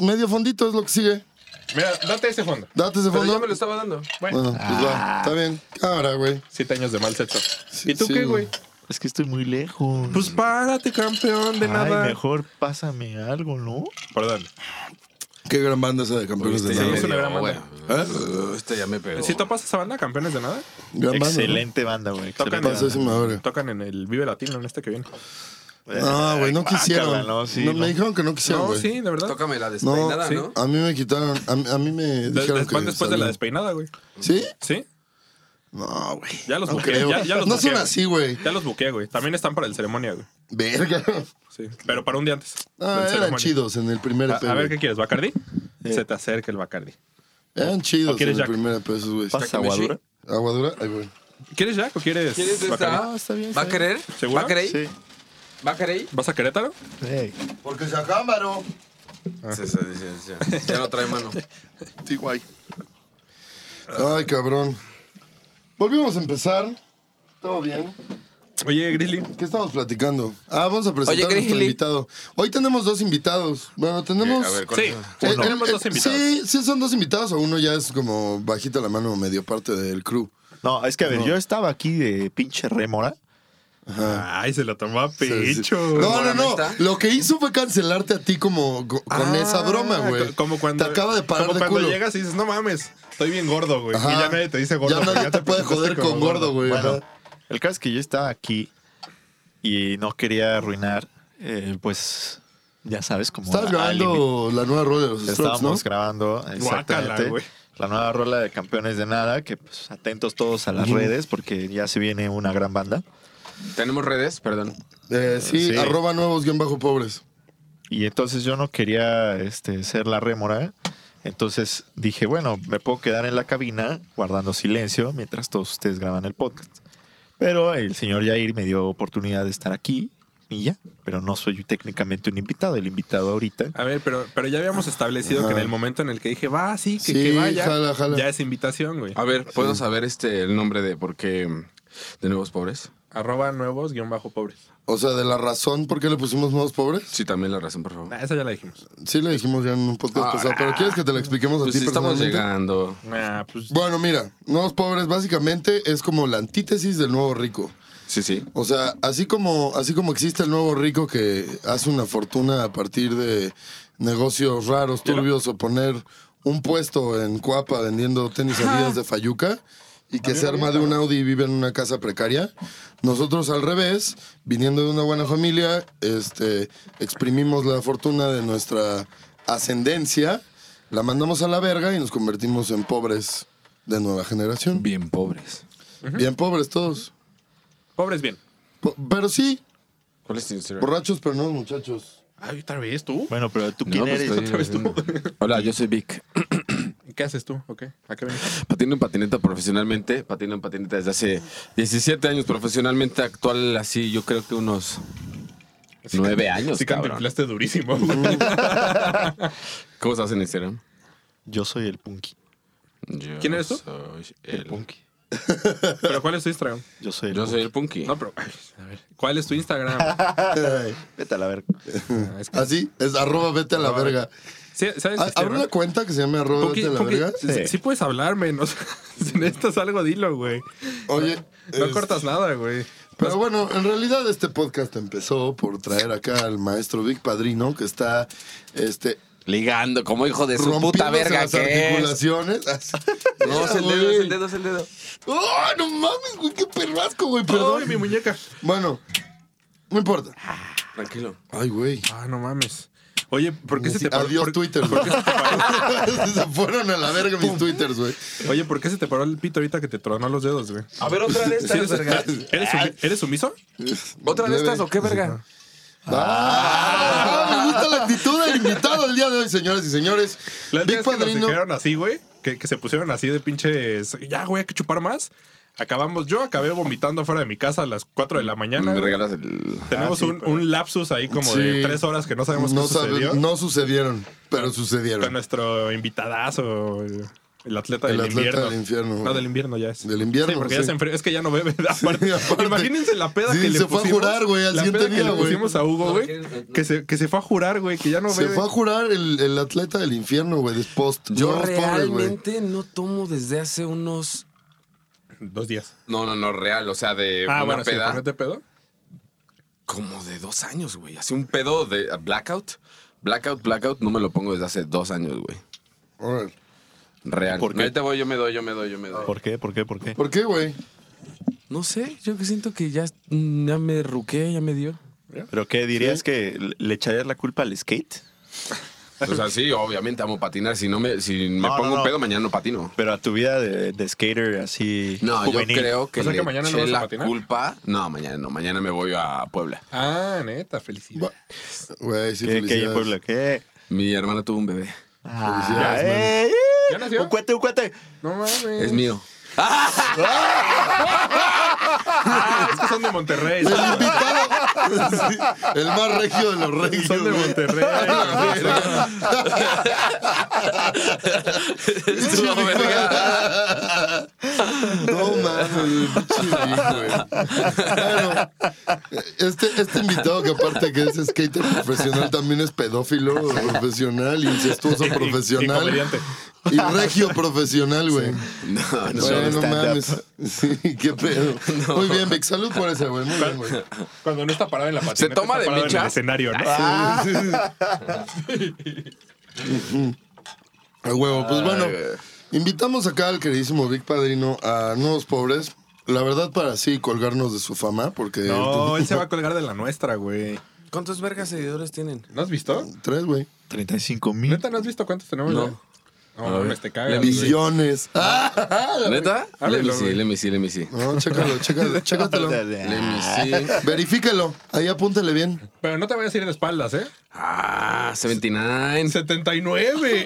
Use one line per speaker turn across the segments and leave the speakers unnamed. Medio fondito es lo que sigue.
Mira, date ese fondo.
Date ese
Pero
fondo.
ya me lo estaba dando. Bueno,
Bueno, pues va. Está bien. Cámara, güey.
siete años de mal sexo.
Sí,
¿Y tú
sí,
qué, güey?
Es que estoy muy lejos.
Pues párate, campeón, de
Ay,
nada.
mejor pásame algo, ¿no?
Perdón.
Qué gran banda esa de campeones de
Sí,
nada.
es una gran banda.
Uh, Este ya me pegó.
Si topas esa banda, campeones de nada,
Gran banda.
Excelente banda, güey.
Tocan
excelente
en-
Pasísima hora.
tocan en el Vive Latino, en este que viene.
banda.
No, güey, no
Guácala,
quisieron.
no, sí,
No,
no.
Me dijeron que no quisieron,
No,
güey.
sí, de verdad.
Tócame la
No,
despeinada,
sí.
¿no? Ah,
A mí me quitaron. A, mí- a mí me
De-
dijeron
después
que
después de la
salió.
despeinada, güey.
¿Sí?
¿Sí?
No, güey.
Ya los
no
busqué,
creo.
ya- ya los
No
busqué,
son
güey.
así, güey.
Ya los buqué, güey. También están para el ceremonia, güey.
Verga.
Sí. Pero para un día antes. del
Ah, eran
ceremonia.
chidos en el primer
A,
EP.
a ver, ¿qué
güey.
quieres? ¿Bacardi? Se te acerca el Bacardi.
Eran chidos
¿O
en
quieres
el
Jack?
primer EP, esos güeyes.
¿Pasas aguadura?
Aguadura, ahí voy.
¿Quieres Jack o quieres,
¿Quieres de
Bacardi?
esta?
No, está bien,
¿Va
está
a Ah, querer?
¿Seguro?
¿Va a querer?
Sí.
¿Va a querer?
¿Vas a Querétaro?
Ey,
Porque se acámbaro.
Sí, sí, sí, sí, sí. Ya no trae mano.
sí, guay.
Ay, cabrón. Volvimos a empezar. Todo bien.
Oye, Grizzly.
¿Qué estamos platicando? Ah, vamos a presentar a
Oye,
nuestro
Grizzly.
invitado. Hoy tenemos dos invitados. Bueno, tenemos.
A ver, ¿cuál
Sí.
es?
Eh,
Uno.
eh,
Tenemos
eh,
dos invitados.
Sí, sí, son dos invitados. O uno ya es como bajita la mano, medio parte del crew.
No, es que a ver,
No.
yo estaba aquí de pinche rémora.
Ay, se la tomó a
Sí, sí.
pecho.
No, no, no.
¿Neta?
Lo que hizo fue cancelarte a ti como co- con
Ah,
esa broma, güey.
co- Como cuando.
te acaba de parar
como
de
cuando
culo.
llegas y dices, no mames, estoy bien gordo, güey. Y
Ajá.
ya nadie te dice gordo.
Ya
güey,
nadie te, puede
presentaste
joder
como
con gordo, güey.
Bueno,
Ajá.
el caso es que yo estaba aquí y no quería arruinar, eh, pues, ya sabes, como.
Estabas
la- al límite.
grabando la nueva rola de los Strokes, ¿no?
Estábamos grabando exactamente
güey.
la nueva rola de Campeones de Nada, que pues atentos todos a las redes porque ya se viene una gran banda.
Tenemos redes, perdón.
Eh, sí,
Sí.
arroba nuevos guión bajo pobres.
Y entonces yo no quería este, ser la rémora. Entonces dije, bueno, me puedo quedar en la cabina guardando silencio mientras todos ustedes graban el podcast. Pero el señor Jair me dio oportunidad de estar aquí y ya. Pero no soy técnicamente un invitado. El invitado ahorita
A ver, pero, pero ya habíamos establecido
Ajá.
que en el momento en el que dije, va, sí, que,
Sí,
que vaya,
jala, jala.
ya es invitación, güey.
A ver, ¿puedo saber este el nombre de por qué mm, de nuevos pobres?
Arroba nuevos guión bajo pobres.
O sea, de la razón por qué le pusimos nuevos pobres.
Sí, también la razón, por favor.
Nah, Ah, esa ya la dijimos.
Sí, le dijimos ya en un podcast
Ah.
pasado, pero ¿quieres que te la expliquemos a
Pues
ti
sí estamos
personalmente?
llegando.
Nah, pues.
Bueno, mira, Nuevos Pobres básicamente es como la antítesis del nuevo rico.
Sí, sí.
O sea, así como, así como existe el nuevo rico que hace una fortuna a partir de negocios raros, turbios, o poner un puesto en Cuapa vendiendo tenis adidas de Fayuca y que se arma de un Audi y vive en una casa precaria, nosotros al revés, viniendo de una buena familia, este, exprimimos la fortuna de nuestra ascendencia, la mandamos a la verga y nos convertimos en pobres de nueva generación. Bien,
Bien pobres.
pobres todos.
Pobres bien.
Po- Pero sí,
¿Cuál es tu Instagram?
Borrachos, pero no muchachos.
Ay, tal vez tú.
Bueno, pero tú quién
No, pues,
eres.
estoy
¿Otra vez tú?
haciendo- Hola, yo soy Vic.
¿Qué haces tú? ¿O qué? ¿A qué venís?
Patino en patineta profesionalmente, patino en patineta desde hace 17 años profesionalmente, actual así yo creo que unos 9 años,
Sí,
cabrón.
cantinflaste durísimo, güey.
¿Cómo estás en Instagram?
Yo soy el Punky.
Yo
¿Quién eres tú?
soy
El
el-
Punky.
¿Pero cuál es tu Instagram?
Yo soy el
Yo soy
Punky.
el Punky.
No, pero. ay, a ver. ¿Cuál es tu Instagram?
Vete a la verga.
Ah, es que-
Así, es arroba vete a la
Arroba
verga.
Sí, ¿Sabes?
Ah,
este,
Abre
no?
una cuenta que se llama arroba
Puki,
vete a la
Puki,
verga.
sí. sí puedes hablarme, no sé. Si necesitas algo, dilo, güey.
Oye,
No
es-
cortas nada, güey.
Pero bueno, en realidad este podcast empezó por traer acá al maestro Vic Padrino, que está este,
Ligando, como hijo de su
rompiendo
puta verga
las
que es.
articulaciones. Así.
No, es el dedo, es el dedo, es el dedo.
¡Oh, no mames, güey! ¡Qué perrasco, güey! Perdón.
Perdón, mi muñeca.
Bueno, no importa.
Tranquilo.
Ay, güey.
Ah, no mames. Oye, ¿por qué se
Sí,
te paró?
Adiós
por-
Twitter.
por
güey.
qué se te paró?
se fueron a la verga mis twitters, güey.
Oye, ¿por qué se te paró el pito ahorita que te tronó los dedos, güey?
A ver, otra de
¿Sí ¿Eres, ¿eres, sumi- eres sumiso?
¿Otra de
Leve.
estas o qué verga?
Ah, me gusta la actitud del invitado el día de hoy, señoras y señores.
La última
Big
vez que nos
Padrino.
dijeron así, güey, que, que se pusieron así de pinches. Ya, güey, hay que chupar más. Acabamos, yo acabé vomitando afuera de mi casa a las 4 de la mañana.
Me
güey.
regalas el.
Tenemos un, un lapsus ahí como
Ah, Sí.
de tres horas que no sabemos
No,
qué sucedió.
sabe- no sucedieron, pero
Con
sucedieron.
nuestro invitadazo. El atleta
El
del
atleta
invierno.
del infierno, güey.
No, del invierno ya es.
Del invierno,
Sí, porque
sí.
ya se enfrió. Es que ya no bebe. aparte.
Sí, aparte.
Imagínense la peda
Sí,
que le
se fue a
pusimos.
jurar, güey, al
la
siguiente
peda que
día,
le
güey.
pusimos a Hugo, güey.
No,
Que se, que se fue a jurar, güey, que ya no
Se
bebe.
fue a jurar el, el atleta del infierno, güey. de post.
Yo
No, pobres, güey.
realmente no tomo desde hace unos.
Dos días.
No, no, no, real. O sea, de
Ah,
una
bueno, sí,
peda.
¿por qué te pedo?
como de dos años, güey. Hace un pedo de blackout. Blackout, blackout, no me lo pongo desde hace dos años, güey.
Órale.
Real.
¿Por qué?
No, ahí te voy, yo me doy, yo me doy, yo me doy.
¿Por qué? ¿Por qué? ¿Por qué?
¿Por qué, güey?
No sé, yo que siento que ya, mm, ya me ruqué, ya me dio.
¿Pero qué? ¿Dirías que le echarías la culpa al skate?
O sea, sí, obviamente amo patinar. Si no me, si me
No, no,
pongo
no.
pedo, mañana no patino.
Pero a tu vida de, de skater así.
No,
juvenil.
yo creo que,
O sea que
le
mañana no
eché
vas a
la
patinar.
culpa. No, mañana no, mañana me voy a Puebla.
Ah, neta, felicidad.
Va- Güey, sí,
¿Qué, ¿Qué hay en
felicidades.
Puebla? ¿Qué?
Mi hermana tuvo un bebé.
Ah,
man.
¡eh!
¿Ya nació?
¡Un cuete, un cuete!
No mames.
Es
Mm.
mío.
Ah, es que son de Monterrey.
El
son-
invitado. Sí, el más regio de los regios.
Son de
güey.
Monterrey.
Estuvo verga.
No mames, güey, pinche viejo, güey. Bueno, este, este invitado que aparte que es skater profesional también es pedófilo profesional, incestuoso
Y
profesional
comediante.
y, regio profesional, güey.
No, no.
Bueno, no
stand-up.
mames. Sí, qué pedo. Muy bien, Vic, salud por ese, güey. Muy bien, güey.
Cuando no está parado en la patineta.
toma
está
de
parado en
micha.
el escenario, ¿no?
A huevo, pues bueno.
güey.
Invitamos acá al queridísimo Vic Padrino a Nuevos Pobres. La verdad, para así colgarnos de su fama, porque.
No, él se va a colgar de la nuestra, güey.
¿Cuántos vergas seguidores tienen?
¿No has visto?
Tres, güey.
35 mil.
¿Neta no has visto cuántos tenemos?
No.
ya? No, mames, te cagas. güey.
Millones. ¡Ah!
¿Neta?
Ábrelo,
Let me see,
güey.
let me see, let me see.
No, chécalo, chécalo, chécatelo.
Let me
Ah.
see.
Verifícalo. Ahí apúntale bien.
Pero no te vayas a ir de espaldas, ¿eh?
Ah, 79.
79.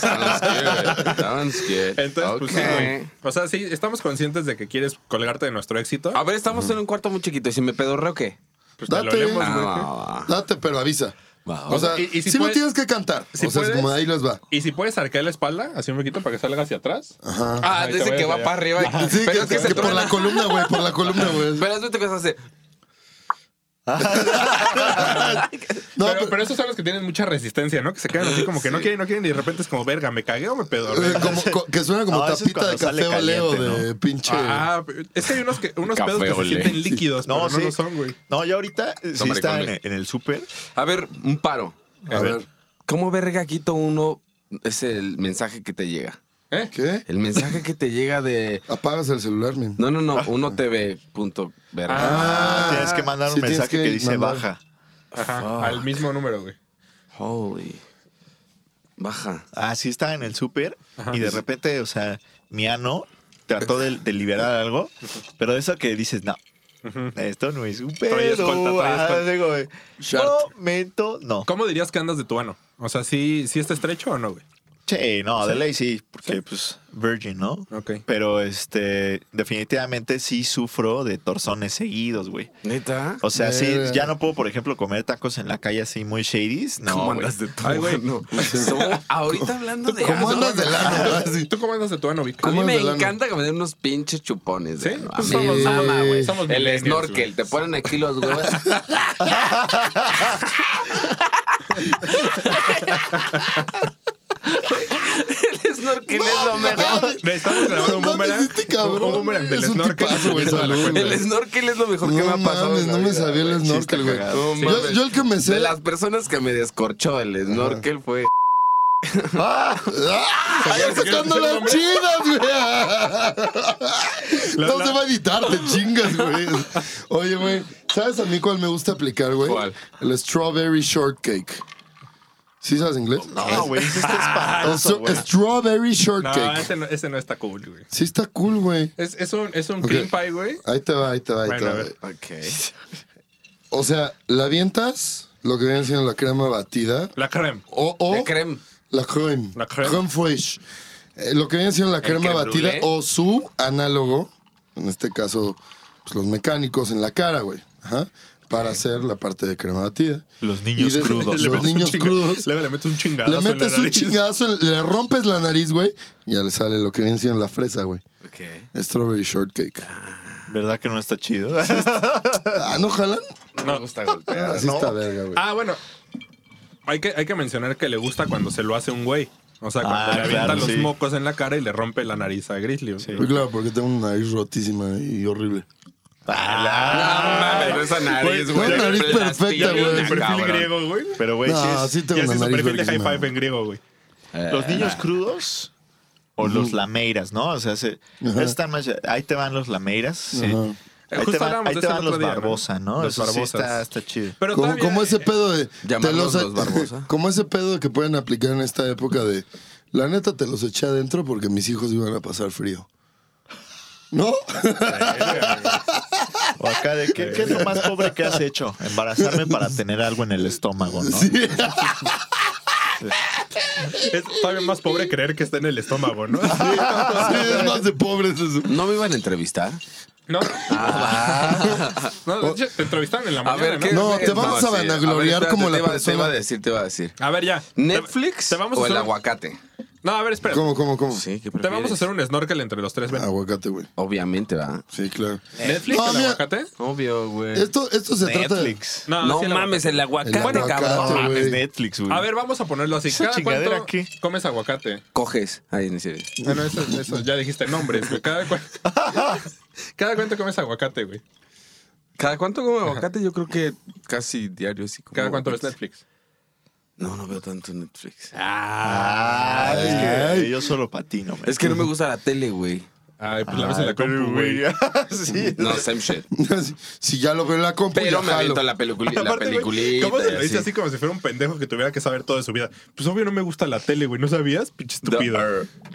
Sounds good. Sounds good.
Entonces, pues sí,
Ok.
güey. O sea, sí, estamos conscientes de que quieres colgarte de nuestro éxito.
A ver, estamos en un cuarto muy chiquito. ¿Y si me pedorreo qué?
Pues te lo
date.
leemos, güey.
Ah,
Date, pero avisa.
va,
O
va.
sea,
Y- y si
sí lo
puedes-
tienes que cantar.
si
o sea, es
puedes-
como ahí les va.
Y si puedes arquear la espalda, así un poquito para que salga hacia atrás.
Ajá.
Ah,
Ahí te
dice
voy
que
a
va
fallar.
para arriba.
Sí,
Pero
que,
es que se
que por la
truena.
columna, güey, por la columna, güey.
Pero hazme que hacer.
No,
pero,
pero-
pero esos son los que tienen mucha resistencia, ¿no? Que se quedan así como que no quieren, no quieren y de repente es como, verga, ¿me cagué o me pedorré?
eh, como- co- que suena como
No, eso es
tapita de
cuando sale
café oleo
caliente,
de pinche.
Ah, es que hay unos, que, unos
Café
pedos que se
olé.
sienten líquidos,
No,
pero
sí.
no lo son, güey.
No, ya ahorita eh, sí
Hombre,
está en,
hombre.
el- en el súper.
A ver, un paro.
a ver.
¿Cómo verga quito uno? Es el mensaje que te llega.
¿Eh?
¿Qué?
El mensaje que te llega de.
Apagas el celular, men.
No, no, no. Uno TV. Punto. Verga.
Ah,
Tienes que mandar un
sí, tienes
mensaje que, dice
mandar-
baja.
Ajá, al mismo número, güey.
Holy. Baja.
Así Ah, está en el súper. Y de repente, o sea, mi ano trató de, de liberar algo. Pero de eso que dices, no. Esto no es un
Trae escolta,
pedo.
trae
Ajá,
escolta.
digo, eh,
Shart.
Momento, no.
¿Cómo dirías que andas de tu ano? O sea, ¿sí, sí está estrecho o no, güey?
Sí, no, de ley sí, porque pues virgin, ¿no?
Ok.
Pero este, definitivamente sí sufro de torsones seguidos, güey.
¿Neta?
O sea, sí,
Verga.
ya no puedo, por ejemplo, comer tacos en la calle así muy shadys. No,
¿Cómo
güey.
andas de tu
Ay, güey.
ano? Somos- Ahorita hablando de.
¿Cómo
ano,
andas del ano? Así.
Ah, ¿Tú cómo andas de tu ano, Vic?
A mí
¿Cómo
me
andas del ano?
encanta que me den unos pinches chupones.
¿Sí?
de ano. A
Pues
mí
somos-
me mama, güey.
somos
El
millennials,
snorkel. Te ponen aquí los huevos. El snorkel es lo mejor.
güey. Necesitamos grabar un
No
boomerang.
mames, este cabrón
un boomerang del
es un
snorkel.
tipazo, güey, salud, güey.
El snorkel es lo mejor que me
No
ha pasado.
mames,
en la
no me
vida,
sabía el
güey.
snorkel, güey.
cagado.
Sí,
Yo,
mames.
yo el que me
De
sé.
las personas que me descorchó el snorkel fue.
¡Ay, Ah, sacando las chidas, güey! No se va a editar, te chingas, güey. Oye, güey, ¿sabes a mí cuál me gusta aplicar, güey?
¿Cuál?
El strawberry shortcake. ¿Sí sabes inglés?
No, güey, eso está
El
espantoso,
so-
güey.
strawberry
No, eh.
shortcake.
ese no, ese no está cool, güey.
Sí está cool, güey.
Es, es un, es un
Ok.
cream pie, güey.
Ahí te va, ahí te va, ahí te
Bueno, a
va.
ver.
Ok.
O sea, la avientas, lo que viene siendo la crema batida.
La creme.
O, o
De creme.
La creme.
La creme.
fraiche. Eh, lo que viene siendo la crema
creme
batida
brûlée.
o su análogo, en este caso, pues, los mecánicos en la cara, güey. Ajá. para hacer la parte de crema batida.
Los
niños
niños
Y de-
crudos.
crudos. los niños crudos.
Le, le metes un chingadazo.
Le
en la
metes un
nariz.
chingazo, le rompes la nariz, güey, y ya le sale lo que viene siendo la fresa, güey. Strawberry shortcake.
¿Verdad que no está chido?
Ah, ¿no jalan?
No me gusta golpear.
Así Ah, está verga, güey.
Ah, bueno. Hay que, hay que mencionar que le gusta cuando se lo hace un güey. O sea, cuando
Ah,
le avienta
claro,
los
sí.
mocos en la cara y le rompe la nariz a Grizzly.
Sí.
Pues claro, porque tengo una nariz rotísima y horrible.
Ah,
Ah, esa nariz,
Güey,
güey.
una nariz perfecta, güey.
El
Ah,
perfil
Cabrón.
griego, güey.
Pero, güey,
No,
sí es-
sí
Y
tengo
hace
una
su
nariz
perfil de high
rotísima.
five en griego, güey.
los niños
Ah.
crudos o los lameiras, ¿no? O sea, se-
Ajá.
están más- ahí te van los lameiras. sí.
Ajá.
Eh,
Ahí
justo
te van,
hablábamos
ahí
de
te
eso
van
el
los
otro día, ¿no?
Barbosa, ¿no?
Los
Eso sí
Barbosas.
está, está chido.
Pero
Como,
todavía-
como ese pedo de.
llamarlos
a-
los Barbosa.
como ese pedo que pueden aplicar en esta época de. La neta te los eché adentro porque mis hijos iban a pasar frío. ¿No?
Ah.
O acá de, ¿qué, qué es lo más pobre que has hecho? Embarazarme para tener algo en el estómago, ¿no?
Sí.
Es todavía más pobre creer que está en el estómago, ¿no?
Sí, es más de pobres eso.
¿No me iban a entrevistar?
No. No, de hecho, te entrevistaron en la
A
mañana,
ver, ¿qué?
¿no?
Ah. Oh. No, te vamos a
sí. ver,
vanagloriar
espérate,
como
te
la
iba-
persona-
Te iba a decir, te iba a decir.
A ver, ya. Te-
¿Netflix
te vamos a
o el
hacer-
aguacate?
No, a ver, espera.
¿Cómo, cómo, cómo?
Sí,
Te
¿qué
vamos
prefieres?
a hacer un snorkel entre los tres. ven.
Aguacate, güey.
Obviamente, va.
Sí, claro.
¿Netflix
No,
el
mira.
aguacate?
Obvio, güey.
Esto, esto se trata de.
Netflix.
No,
No
sí, el
mames, el aguacate,
El aguacate,
cabrón.
güey.
Mames, Netflix, güey.
aguacate. A ver, vamos a ponerlo así.
Esa
¿Cada
chingadera
cuánto
aquí.
comes aguacate?
Ah, Coges. Ahí, en serio.
Ah, no, eso, eso, ya dijiste nombres, güey. Cada, cua- Cada cuánto comes aguacate, güey.
¿Cada cuánto como aguacate? Yo creo que casi diario sí como
Cada cuánto ves
aguacate.
Netflix.
No, no veo tanto Netflix.
Ah, es que yo solo patino, güey.
Es que no me gusta la tele, güey.
Ay, pues la ves en la compu, güey.
sí.
No, same shit.
Si- si ya lo veo en la compu,
Pero
ya
me
jalo.
aviento la, peliculi la
Aparte, güey,
peliculita.
¿Cómo se
y
lo dice así como si fuera un pendejo que tuviera que saber todo de su vida? Pues obvio no me gusta la tele, güey. ¿No sabías? Pinche estúpido. Ay,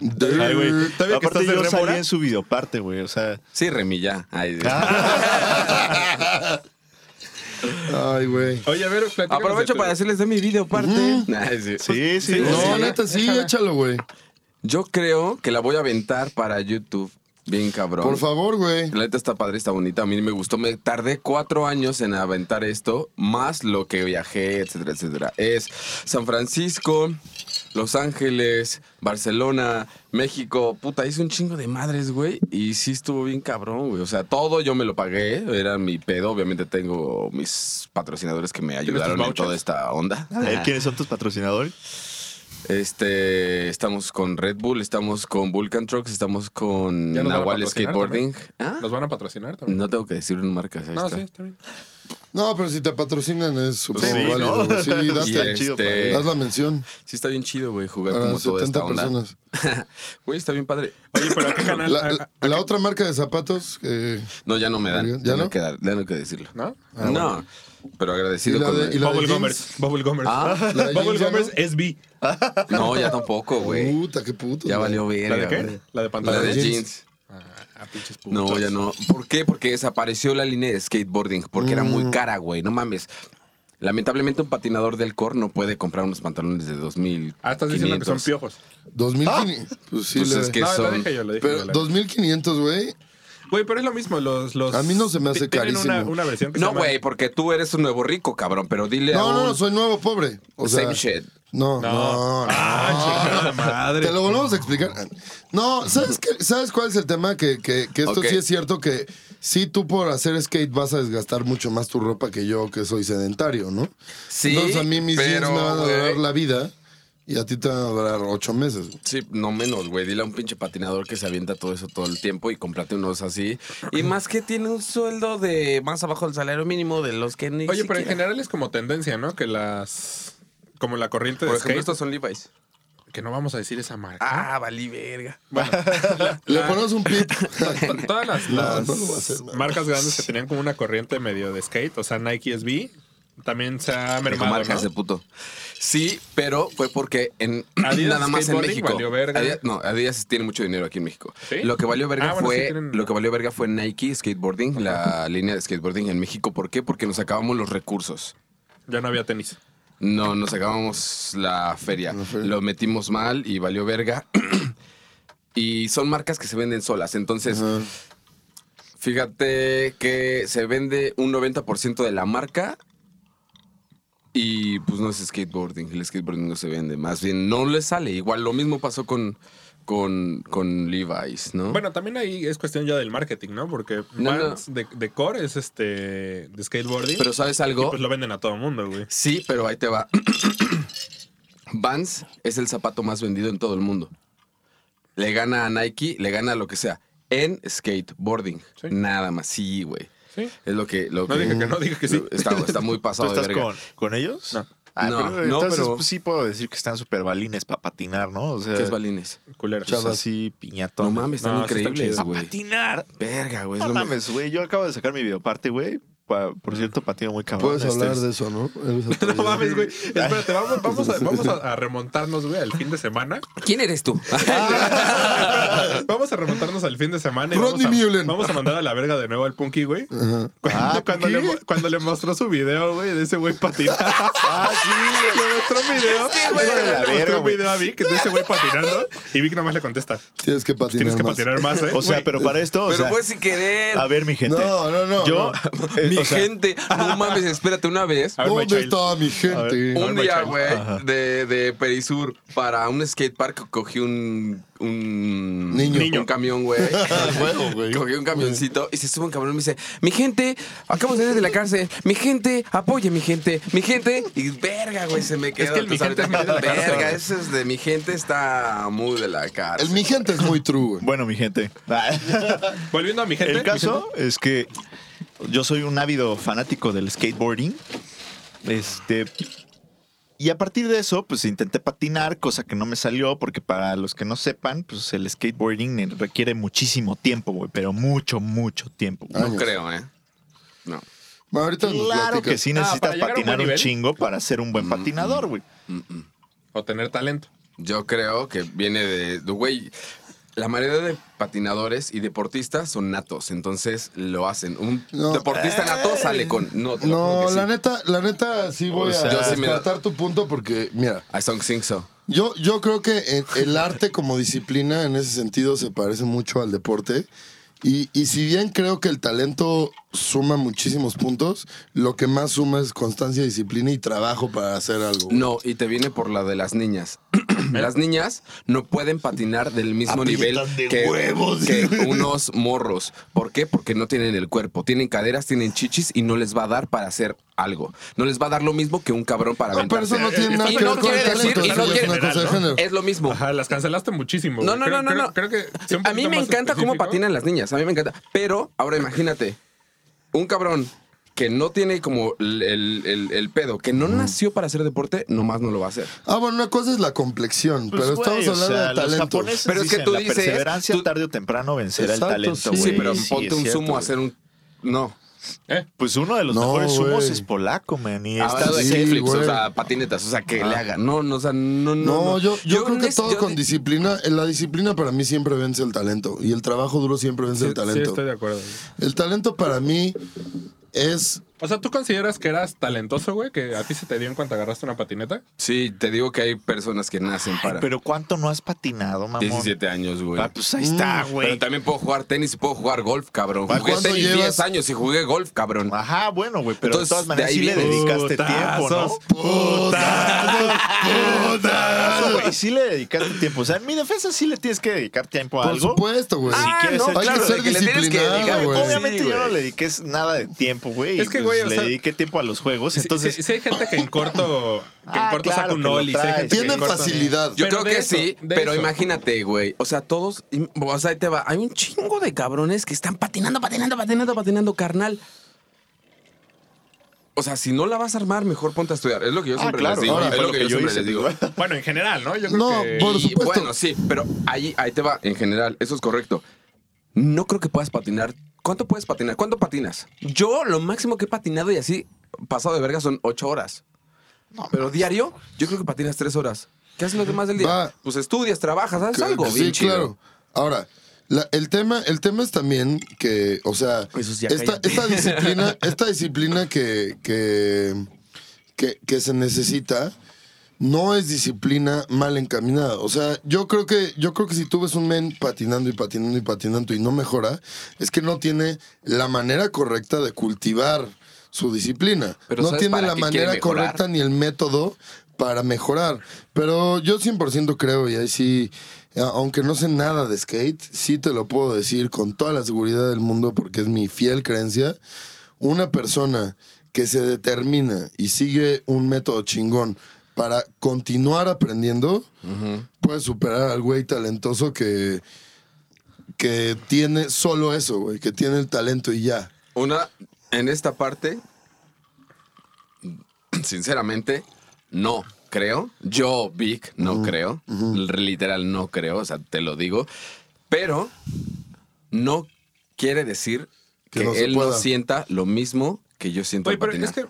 güey. Todavía que
Aparte
estás de
yo salí
rémora.
en su videoparte, güey. O sea,
Sí, remilla. Ay, Dios.
Ay, güey.
Oye, a ver, platícanos de
Aprovecho
tu-
para decirles de mi video parte. Ay, sí.
sí, sí.
No,
sí.
neta, sí, échalo, güey.
Yo creo que la voy a aventar para YouTube. Bien cabrón.
Por favor, güey.
La neta está padre, está bonita. A mí me gustó. Me tardé cuatro años en aventar esto, más lo que viajé, etcétera, etcétera. Es San Francisco, Los Ángeles, Barcelona, México. Puta, hice un chingo de madres, güey. Y sí estuvo bien cabrón, güey. O sea, todo yo me lo pagué. Era mi pedo. Obviamente tengo mis patrocinadores que me
¿Tienes tus
ayudaron en
vouchers? Ah,
toda esta onda.
A ver, Eh, ¿quiénes son tus patrocinadores?
Este, estamos con Red Bull, estamos con Vulcan Trucks, estamos con
Ya nos van a
Nahual
patrocinar
Skateboarding. ¿Ah?
¿Nos van a patrocinar también?
No tengo que decir una marca. ahí
No,
está.
sí, está bien.
No, pero si te patrocinan es súper
Sí,
válido.
¿no?
güey. Sí, das,
Y
Está chido,
este,
das la mención
sí está bien chido, güey, jugar
para
como toda esta
70
onda.
personas.
Güey, está bien padre.
Oye, pero ¿a qué canal?
La, la- la otra marca de zapatos, eh,
No, ya no me dan.
¿Ya no?
Ya,
Ah,
no? hay que dar- ya no hay que decirlo.
¿No?
no, pero agradecido
¿Y la
con
de- y la-
Bubble
jeans?
Gomers. Bubble Gomers.
Ah,
la de
Bubble
jeans ya
Gomers
no.
es B.
No, ya tampoco, güey.
Puta, qué puto.
Ya
güey.
valió bien.
¿La de qué? La de
La
pantalla.
de
jeans.
jeans.
Ah, pinches putos.
No, ya no. ¿Por qué? Porque desapareció la línea de skateboarding, porque era muy
Mm.
cara, güey. No mames. Lamentablemente un patinador del core no puede comprar unos pantalones de 2000.
Ah, estás diciendo que son piojos. Ah,
2500. Pues sí,
Pues
le-
es que
No, lo
son.
dije yo, lo dije
Pero
yo, la-
2500, güey.
Güey, pero es lo mismo. Los, los...
A mí no se me hace
Tienen una-
carísimo.
Una, versión que se
No,
llama-
güey, porque tú eres un nuevo rico, cabrón. Pero dile a
No,
un...
no, no, soy nuevo pobre. O sea,
Same shit.
No, no, no.
Ah, chingada madre.
Te lo volvemos a explicar. No, ¿sabes, qué- ¿sabes cuál es el tema? Que, que- que esto
Ok.
sí es cierto que sí tú por hacer skate vas a desgastar mucho más tu ropa que yo que soy sedentario, ¿no?
Sí,
Entonces a mí mis
pero,
jeans me van a
güey.
durar la vida y a ti te van a durar ocho meses. güey.
Sí, no menos, güey. Dile a un pinche patinador que se avienta todo eso todo el tiempo y cómprate unos así. Y más que tiene un sueldo de más abajo del salario mínimo de los que ni
Oye, pero en
siquiera-
general es como tendencia, ¿no? Que las... Como la corriente
Por
de
ejemplo,
skate.
estos son Levi's.
Que no vamos a decir esa marca.
Ah, valí verga.
Le
Ah.
ponemos un pip.
Todas las,
No,
las
no lo voy a hacer, no.
marcas grandes que tenían como una corriente medio de skate, o sea, Nike SB, también se ha
Dijo,
mermado,
marcas
¿no?
de puto. Sí, pero fue porque en
Adidas
nada más en
Skateboarding
México.
valió verga.
Adidas, no, Adidas tiene mucho dinero aquí en México.
¿Sí?
Lo que valió verga
Ah, bueno,
fue
sí tienen-
lo que valió verga fue Nike skateboarding, la línea de skateboarding en México, ¿por qué? Porque nos acabamos los recursos.
Ya no había tenis.
No, nos acabamos la feria.
feria.
Lo metimos mal y valió verga. y son marcas que se venden solas, entonces
Ajá.
Fíjate que se vende un 90% de la marca y pues no es skateboarding. El skateboarding no se vende. Más bien no le sale. Igual lo mismo pasó con, con, con Levi's, ¿no?
Bueno, también ahí es cuestión ya del marketing, ¿no? Porque
No,
Vans De, de core es este de skateboarding.
pero ¿sabes
y
algo?
pues lo venden a todo mundo, güey.
Sí, pero ahí te va. Vans es el zapato más vendido en todo el mundo. Le gana a Nike, le gana a lo que sea. En skateboarding.
Sí.
Nada más. Sí, güey.
Sí.
Es lo que. Lo
No
que
dije que no, dije que sí.
Está, está muy
¿Tú
pasado
estás
de verga.
con, con ellos?
No.
Ah,
No,
pero
no,
entonces
pero-
pues, sí puedo decir que están súper balines para patinar, ¿no? O sea,
¿Qué es balines?
Culera.
pues, así piñatón.
No mames, están
eh, No, sí están
increíbles,
chidos. Ah,
güey.
patinar.
Verga, güey. es
No
lo
mames, güey. Yo acabo de sacar mi videoparte, güey. Pa- Por cierto, patino muy cabrón.
Puedes
Este,
hablar de eso, ¿no? Eres atrevido.
No mames, güey. Espérate, vamos, vamos, a, vamos a- a remontarnos, güey, al fin de semana.
mejor. ¿Quién eres tú?
Ah, vamos a remontarnos al fin de semana. Y
Rodney
vamos, a,
Mullen.
vamos a mandar a la verga de nuevo al Punky, güey.
Ajá.
Cuando,
Ah,
cuando
¿qué?
le, mo- cuando le mostró su video, güey, de ese güey patinando. Ah, sí. Le mostró un video.
güey,
le
la
mostró
verga,
un
güey.
video a Vic de ese güey patinando. Y Vic nomás le contesta.
Tienes que patinar.
Tienes que
más.
patinar más, ¿eh?
O sea,
Güey,
pero para esto. o
pero
sea,
fue sin querer.
A ver, mi gente.
No, no, no,
Yo. eh,
Mi
o sea,
gente. No mames, espérate una vez.
A ver, my
¿Dónde
child.
está mi gente?
A ver,
Un
my
día,
child.
güey,
Ajá.
de, de Perisur para un skatepark cogí un, un
Niño.
un camión, güey.
huevo, güey.
Cogí un camioncito y se sube un cabrón y me dice, mi gente, acabo de salir de la cárcel, mi gente, apoye mi gente, mi gente. Y verga, güey, se me quedó.
que el mi
Entonces,
gente es
ahorita,
muy de la cárcel.
Verga, ese es de mi gente, está muy de la cárcel.
El mi gente es muy true, güey.
Bueno, mi gente.
Volviendo a mi gente.
El caso es que yo soy un ávido fanático del skateboarding. Este. Y a partir de eso, pues intenté patinar, cosa que no me salió, porque para los que no sepan, pues el skateboarding requiere muchísimo tiempo, güey, pero mucho, mucho tiempo.
Ah,
güey.
No creo, ¿eh? No.
Bueno, ahorita nos
Claro
platicas.
que sí
Ah, para
necesitas
llegar a un buen
patinar un
nivel.
chingo para ser un buen patinador, güey.
O tener talento.
Yo creo que viene de, de- güey, la mayoría de patinadores y deportistas son natos, entonces lo hacen. Un
No.
deportista nato sale con no. te lo juro
No,
que
la
sí.
neta, la neta sí voy
sea,
a
yo sí me da-
descartar tu punto porque, mira,
I don't think so.
yo, yo creo que el, el arte como disciplina en ese sentido se parece mucho al deporte. Y, y si bien creo que el talento suma muchísimos puntos, lo que más suma es constancia, disciplina y trabajo para hacer algo. güey.
No, y te viene por la de las niñas. las niñas no pueden patinar del mismo nivel
Aprietan de
que,
huevos.
que unos morros. ¿Por qué? Porque no tienen el cuerpo. Tienen caderas, tienen chichis y no les va a dar para hacer algo. No les va a dar lo mismo que un cabrón para
No, Ah, pero eso no
aventarse.
tiene nada
Y
que ver
no
con el
quiere decir-
talento.
y
eso
no
ya es
quiere-
una cosa de
¿no?
género.
Es lo mismo.
Ajá, las cancelaste muchísimo. güey.
No, no,
Creo-
no, no,
creo-
no.
Creo que sea un
a mí
poquito
me
más
encanta cómo
específico.
patinan las niñas, a mí me encanta. Pero ahora imagínate, un cabrón que no tiene como el, el- el- el pedo, que no nació para hacer deporte, nomás no lo va a hacer.
Ah, bueno, una cosa es la complexión,
Pues,
pero
güey,
estamos
o
hablando
sea,
de
Los
talento.
japoneses
Pero es que
dicen,
tú
la
dices,
perseverancia
tú-
tarde o temprano vencerá
Exacto,
el talento,
sí.
güey.
sí, pero
Sí,
ponte
es
un
cierto,
sumo a hacer un... No.
¿Eh?
Pues uno de los
No,
mejores sumos
güey.
es polaco, man. Y está
Hablando de
sí,
kickflips, o
güey.
sea, patinetas, o sea, que le hagan. No, no, o sea, no, no.
No,
no.
yo, yo, creo que
nes-
todo
yo
con
ne-
disciplina, eh, la disciplina para mí siempre vence el talento y el trabajo duro siempre vence
Sí,
el
sí,
talento.
estoy de acuerdo. güey.
el talento para mí es
O sea, ¿tú consideras que eras talentoso, güey? Que a ti se te dio en cuanto agarraste una patineta.
Sí, te digo que hay personas que nacen para
Pero ¿cuánto no has patinado, mamón?
17 años, güey. Mm,
Ah, pues ahí está, güey.
Pero también puedo jugar tenis y puedo jugar golf, cabrón.
¿Cuánto
Jugué tenis
llevas?
10 años y jugué golf, cabrón.
Ajá, bueno, güey, pero
Entonces,
de todas maneras
de ahí
sí le
viene-
dedicaste tiempo, ¿no?
Putazos.
Claro, güey, sí le dedicaste tiempo. O sea, en mi defensa sí le tienes que dedicar tiempo a
Por
algo.
supuesto, güey.
Ah, quieres
no,
ser-
Hay que
claro,
ser
de que le tienes que dedicar, pues,
disciplinado, güey.
Obviamente
Sí,
yo no
güey.
le dediqué nada de tiempo, güey.
Es que,
y, pues,
güey, o
le
sea-
dediqué tiempo a los juegos. Entonces,
Entonces, sí, sí hay gente que en corto, que en
Ah,
corto
claro,
saca un
que lo
ollie. sí hay
trae.
gente que en
Tienen
corto-
facilidad.
Yo
Pero
creo
de
que
eso,
sí,
de
pero
eso.
imagínate, güey. O sea, todos, o sea, ahí te va. Hay un chingo de cabrones que están patinando, patinando, patinando, patinando, carnal. O sea, si no la vas a armar, mejor ponte a estudiar. Es lo que yo
Ah,
siempre
claro,
les digo.
ahora,
es
fue
lo que, yo, siempre
hice,
les digo.
güey.
Bueno, en general, ¿no? Yo creo
No,
que...
por
Y,
supuesto.
bueno, sí, pero ahí, ahí te va, en general, eso es correcto. No creo que puedas patinar. ¿Cuánto puedes patinar? ¿Cuánto patinas? Yo lo máximo que he patinado y así pasado de verga son ocho horas. pero diario, yo creo que patinas tres horas. ¿Qué haces los demás del día?
Va.
Pues estudias, trabajas, haces
Que-
algo.
sí,
bien chido.
claro. Ahora, la- el, tema, el tema es también que, o sea,
Jesús, ya
esta,
cállate.
esta disciplina, esta disciplina que, que, que, que se necesita no es disciplina mal encaminada. O sea, yo creo que, yo creo que si tú ves un men patinando y patinando y patinando y no mejora, es que no tiene la manera correcta de cultivar su disciplina.
Pero
no
¿sabes
tiene
para
la
qué quiere
manera
mejorar?
correcta ni el método para mejorar. Pero yo 100% creo, y ahí sí, a- aunque no sé nada de skate, sí te lo puedo decir con toda la seguridad del mundo porque es mi fiel creencia. Una persona que se determina y sigue un método chingón para continuar aprendiendo, puede superar al güey talentoso que, que tiene solo eso, güey, que tiene el talento y ya.
Una, en esta parte, sinceramente, no creo. Yo, Vic, no creo. Literal, no creo, o sea, te lo digo. Pero no quiere decir
Que
que,
no se
él no
pueda.
sienta lo mismo que yo siento
Güey,
al
pero
patinar.
es que,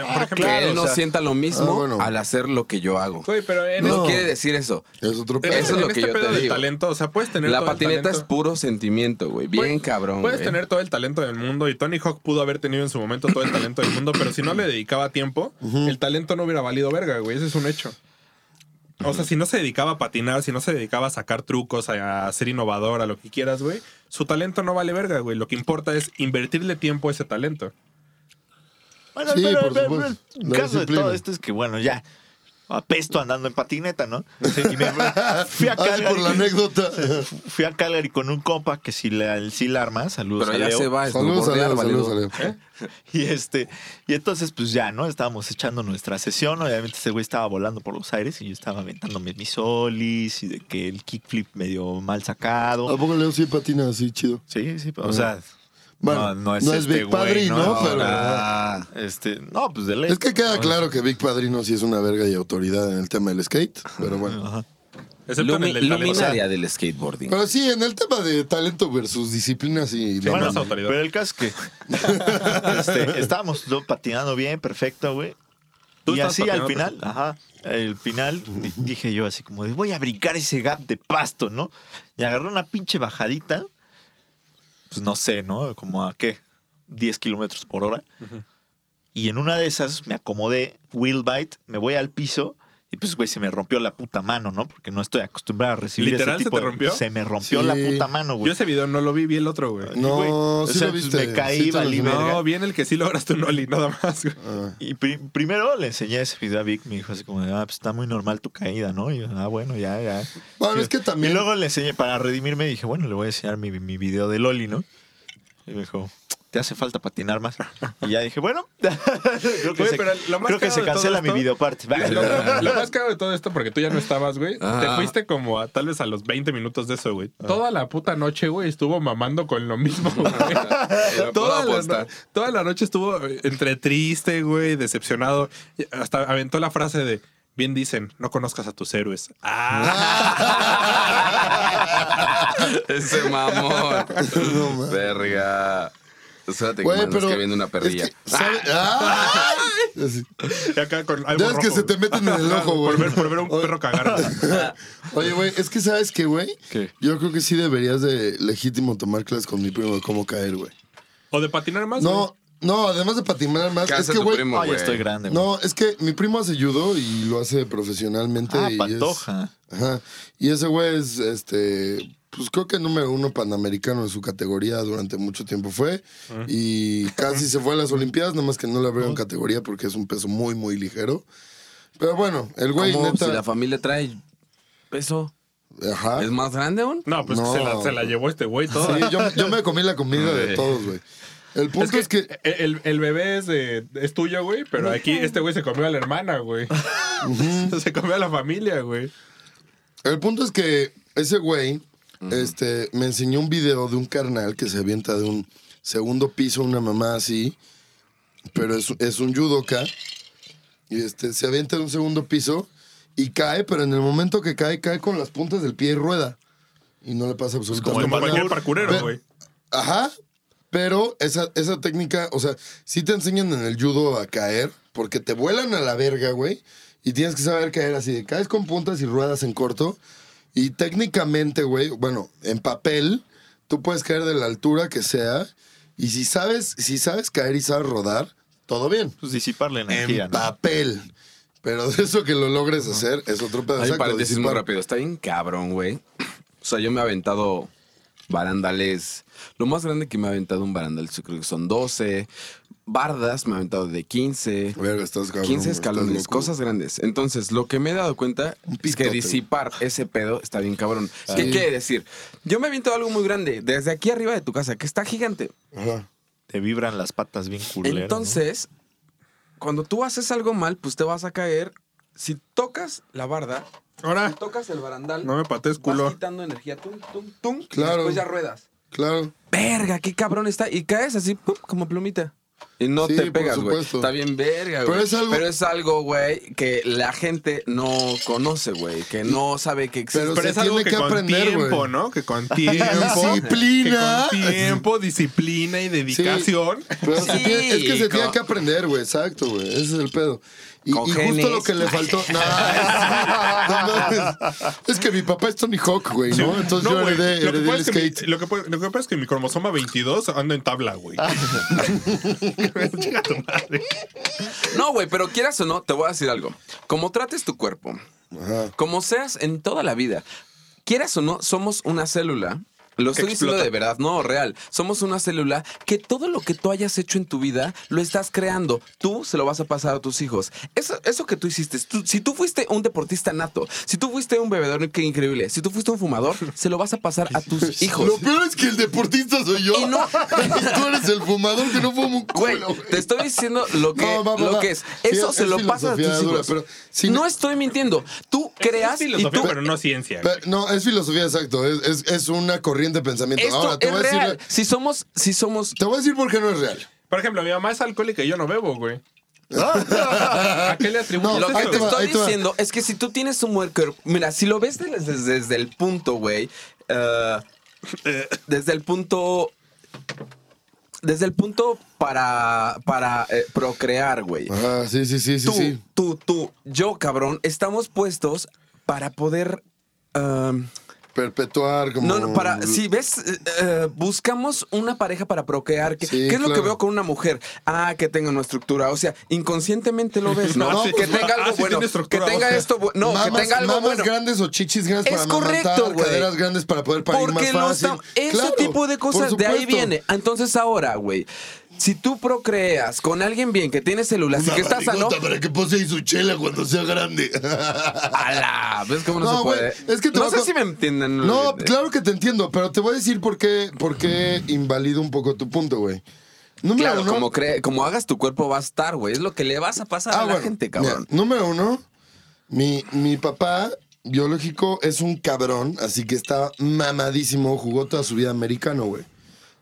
eh, por
Que
ejemplo,
él no
o sea,
sienta lo mismo
Ah, bueno.
al hacer lo que yo hago.
güey, pero en
No
No.
quiere decir eso.
Es otro
en
pedo.
Eso es
en
lo que yo te
pedo del
digo.
talento, o sea, puedes tener
La
todo el
patineta es
talento.
puro sentimiento, güey. Bien
Puedes-
cabrón.
Puedes
güey.
tener todo el talento del mundo y Tony Hawk pudo haber tenido en su momento todo el talento del mundo, pero si no le dedicaba tiempo, el talento no hubiera valido verga, güey. Ese es un hecho. O sea, si no se dedicaba a patinar, si no se dedicaba a sacar trucos, a, a ser innovador, a lo que quieras, güey, su talento no vale verga, güey. Lo que importa es invertirle tiempo a ese talento.
Bueno,
Sí,
pero,
por
pero-
supuesto.
pero el
La
caso de
disciplina.
todo esto es que, bueno, ya apesto andando en patineta, ¿no? Y me fui, a
Ay, por la
Calgary,
anécdota.
fui a Calgary con un compa que si la, sí la arma, saludos
Pero
a
ya
Leo.
se va a
saludos,
snowboardear,
saludos,
valedor.
saludos, saludos.
Y este, y entonces, pues ya, ¿no? Estábamos echando nuestra sesión. Obviamente, ese güey estaba volando por los aires y yo estaba aventándome mis solis y de que el kickflip medio mal
¿A
sacado.
poco Leo sí patina así chido?
Sí, sí, o sea.
ah. Bueno, no es Big
este güey,
Padre, ¿no? Pero-
Ah, este, no, pues de ley.
Es que queda claro que Big Padrino sí es una verga y autoridad en el tema del skate, pero bueno.
Ajá.
Excepto
Lumi-
en el del talento.
luminaria del skateboarding.
Pero sí, en el tema de talento versus disciplinas y...
Sí,
la
Bueno,
más
mano.
autoridad.
pero el caso es que este, estábamos ¿no? patinando bien, perfecto, güey.
Tú
Y
estabas
así al
patinando
final, ajá, al final di- dije yo así como de voy a brincar ese gap de pasto, ¿no? Y agarré una pinche bajadita, pues no sé, ¿no? Como a qué, 10 kilómetros por hora. Y en una de esas me acomodé, wheel bite, me voy al piso. Y pues, güey, se me rompió la puta mano, ¿no? Porque no estoy acostumbrado a recibir ese
¿Literal se
tipo
te
de-
rompió?
Se me rompió
Sí.
la puta mano, güey.
Yo ese video no lo vi, vi el otro, güey.
No,
güey, o
sí
sea,
lo
pues,
viste.
me caí,
sí te lo
valí
subí.
verga.
No, bien el que sí lograste un Oli, nada más, güey.
Ah,
Y pri- primero le enseñé ese video a Vic, me dijo así como, de, ah, pues está muy normal tu caída, ¿no? Y yo, ah, bueno, ya, ya.
Bueno,
Y-
es que también-
Y luego le enseñé, para redimirme, dije, bueno, le voy a enseñar mi, mi video de Loli, ¿no? Y me dijo, te hace falta patinar más. Y ya dije, bueno, creo que
Güey,
se,
pero lo más
creo que
cagado
se
de todo
cancela mi
esto-
videoparte.
Lo, lo más caro de todo esto, porque tú ya no estabas, güey.
Ah.
Te fuiste como a tal vez a los 20 minutos de eso, güey.
Ah.
Toda la puta noche, güey, estuvo mamando con lo mismo, güey.
puedo
toda, la,
apostar.
no- toda la noche estuvo eh, entre triste, güey, decepcionado. Y Hasta aventó la frase de. Bien dicen, no conozcas a tus héroes. Ah.
Ese mamón.
No, man.
Verga. Espérate que
güey,
mandas
pero
que viene una perrilla.
es que, ¿sabe? Ah. Así.
Y acá con algo
Ya es que
rojo,
se te
güey.
meten en el ojo, güey.
Por ver, por ver a un
Oye,
perro cagar.
Oye, güey, es que ¿sabes qué, güey?
¿Qué?
Yo creo que sí deberías de legítimo tomar clases con mi primo de cómo caer, güey.
O de patinar más. güey.
No, no, además de patinar más,
¿Qué
es
hace
que,
tu
güey,
primo,
Ay,
güey?
estoy grande. güey.
No, es que mi primo hace judo y lo hace profesionalmente.
Ah,
y es-
Pantoja.
ajá. Y ese güey es, este, pues creo que número uno panamericano en su categoría durante mucho tiempo fue. Y casi se fue a las Olimpiadas, nada más que no le abrieron categoría porque es un peso muy, muy ligero. Pero bueno, el güey
¿Cómo
neta.
si la familia trae peso?
Ajá.
¿Es más grande aún?
No, pues
No.
Se, la, se la llevó este güey toda.
Sí, yo, yo me comí la comida de todos, güey. El punto es que,
e-, el, el bebé es, de- es tuyo, güey, pero aquí este güey se comió a la hermana, güey. se comió a la familia, güey.
El punto es que ese güey este, me enseñó un video de un carnal que se avienta de un segundo piso, una mamá así, pero es, es un judoka. Y este, se avienta de un segundo piso y cae, pero en el momento que cae, cae con las puntas del pie y rueda. Y no le pasa absolutamente
Pues Como
nada.
cualquier parkurero,
Ve-
güey.
Ajá. Pero esa, esa técnica, o sea, sí te enseñan en el judo a caer, porque te vuelan a la verga, güey. Y tienes que saber caer así. de Caes con puntas y ruedas en corto. Y técnicamente, güey, bueno, en papel, tú puedes caer de la altura que sea. Y si sabes, si sabes caer y sabes rodar, todo bien.
Pues disipar la energía,
En
¿no?
papel. Pero de eso que lo logres hacer es otro pedazo.
Hay
Exacto,
paréntesis muy
disipar.
rápido. Está bien cabrón, güey. O sea, yo me he aventado barandales. Lo más grande que me ha aventado un barandal yo creo que son 12. Bardas me he aventado de 15.
Verga, estás cabrón,
15
güey, estás
escalones,
loco.
cosas grandes. Entonces, lo que me he dado cuenta
Un
es que
pitote, Ah.
disipar ese pedo está bien cabrón. ¿Qué
Sí.
quiere decir? Yo me he aventado algo muy grande, desde aquí arriba de tu casa, que está gigante.
Ajá.
Te vibran las patas bien culero. ¿no?
Entonces, cuando tú haces algo mal, pues te vas a caer. Si tocas la barda,
Ahora,
si
Ah.
tocas el barandal,
no me patees
Vas
culo.
quitando energía, tum, tum, tum,
Claro.
y después ya ruedas.
Claro.
Verga, qué cabrón está. Y caes así, pum, como plumita. Y no
Sí,
te
por
pegas, güey.
supuesto.
Está bien verga,
Pero
güey.
es algo-
Pero es algo, güey, que la gente no conoce, güey. Que no sabe que existe.
Pero
Pero
se
es algo
tiene
que,
que
con
aprender,
tiempo,
güey.
¿no? Que con tiempo.
Disciplina.
Que con tiempo, disciplina y dedicación.
Pero se
Sí,
tiene- es que se
co-
tiene que aprender, güey. Exacto, güey. Ese es el pedo. Y,
Con
y justo lo
genes.
que le faltó. No, es, no mames. Es que mi papá es Tony Hawk, güey,
Sí.
¿no? Entonces
No,
yo
güey,
heredé,
lo que
heredé
pasa
el
es que mi-
skate.
Lo que, pa- lo que pasa es que mi cromosoma 22 anda en tabla, güey. Chinga tu madre.
No, güey, pero quieras o no, te voy a decir algo. Como trates tu cuerpo,
Ajá.
como seas en toda la vida, quieras o no, somos una célula. Lo
Que
estoy diciendo
explota.
de verdad, no, real. Somos una célula que todo lo que tú hayas hecho en tu vida lo estás creando. Tú se lo vas a pasar a tus hijos. Eso, eso que tú hiciste, tú- si tú fuiste un deportista nato, si tú fuiste un bebedor que increíble, si tú fuiste un fumador, se lo vas a pasar a tus hijos.
Lo peor es que el deportista soy yo.
Y no-
Tú eres el fumador que no fumo un
Güey,
culo, güey.
te estoy diciendo lo que,
No, va, va,
lo
va.
que es.
Sí,
Eso
es-
se
es
lo pasas a tus
filosofía
hijos.
dura, pero si
no
no-
estoy mintiendo. Tú creas
Es
y
filosofía,
tú
pero no ciencia. güey.
Pe- No, es filosofía, exacto. Es, es- es una corriente de pensamiento.
Esto
Ahora, te
es
voy, a
real.
decir,
Si somos, si somos.
te voy a decir por qué no es real.
Por ejemplo, mi mamá es alcohólica y yo no bebo, güey. ¿A qué le atribuyes
No,
eso,
Lo que
ahí
te
te va,
güey?
estoy
ahí te va.
diciendo es que si tú tienes un buen cuerpo. Mira, si lo ves desde, desde- desde el punto, güey. eh, desde el punto. Desde el punto para, para eh, procrear, güey.
Ajá, sí, sí, sí, sí,
tú,
sí.
tú, tú, yo, cabrón, estamos puestos para poder. um,
Perpetuar como.
No, no, para, si ves, eh, eh, buscamos una pareja para procrear. ¿Qué,
Sí,
qué es lo que
claro.
veo con una mujer? Ah, que tenga una estructura. O sea, inconscientemente lo ves, ¿no?
No,
sí,
que
pues, sí.
tenga
Ah,
algo
sí
bueno.
tiene
que
estructura
tenga
ósea.
esto bueno. No,
mamas,
que tenga algo
mamas
bueno.
grandes o chichis grandes
Es
para amamantar,
correcto, güey.
caderas grandes para poder parir
Porque
más
no
fácil.
está. Ese
Claro,
tipo de
por
cosas, de ahí
supuesto.
viene. Entonces, ahora, güey. Si tú procreas con alguien bien que tiene células y
Una
que está sano,
barrigota para que pose ahí su chela cuando sea grande.
¡ala! ¿Ves cómo no,
No,
se
güey,
puede?
es que te
no
va
sé
con-
si me entienden. eh,
No, claro que te entiendo, pero te voy a decir por qué, por qué invalido un poco tu punto, güey. Número
Claro,
uno.
como, cre- como hagas tu cuerpo va a estar, güey. Es lo que le vas a pasar a la
Ah, bueno,
gente, cabrón.
mira, número uno, mi, mi papá biológico es un cabrón, así que está mamadísimo, jugó toda su vida americano, güey.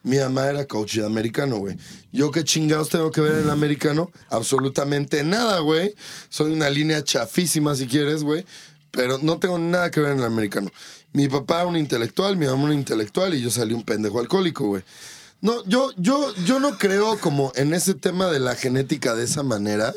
Mi mamá era coach de americano, güey. ¿Yo qué chingados tengo que ver en el americano? Absolutamente nada, güey. Soy una línea chafísima, si quieres, güey. Pero no tengo nada que ver en el americano. Mi papá un intelectual, mi mamá un intelectual y yo salí un pendejo alcohólico, güey. No, yo, yo, yo no creo como en ese tema de la genética de esa manera.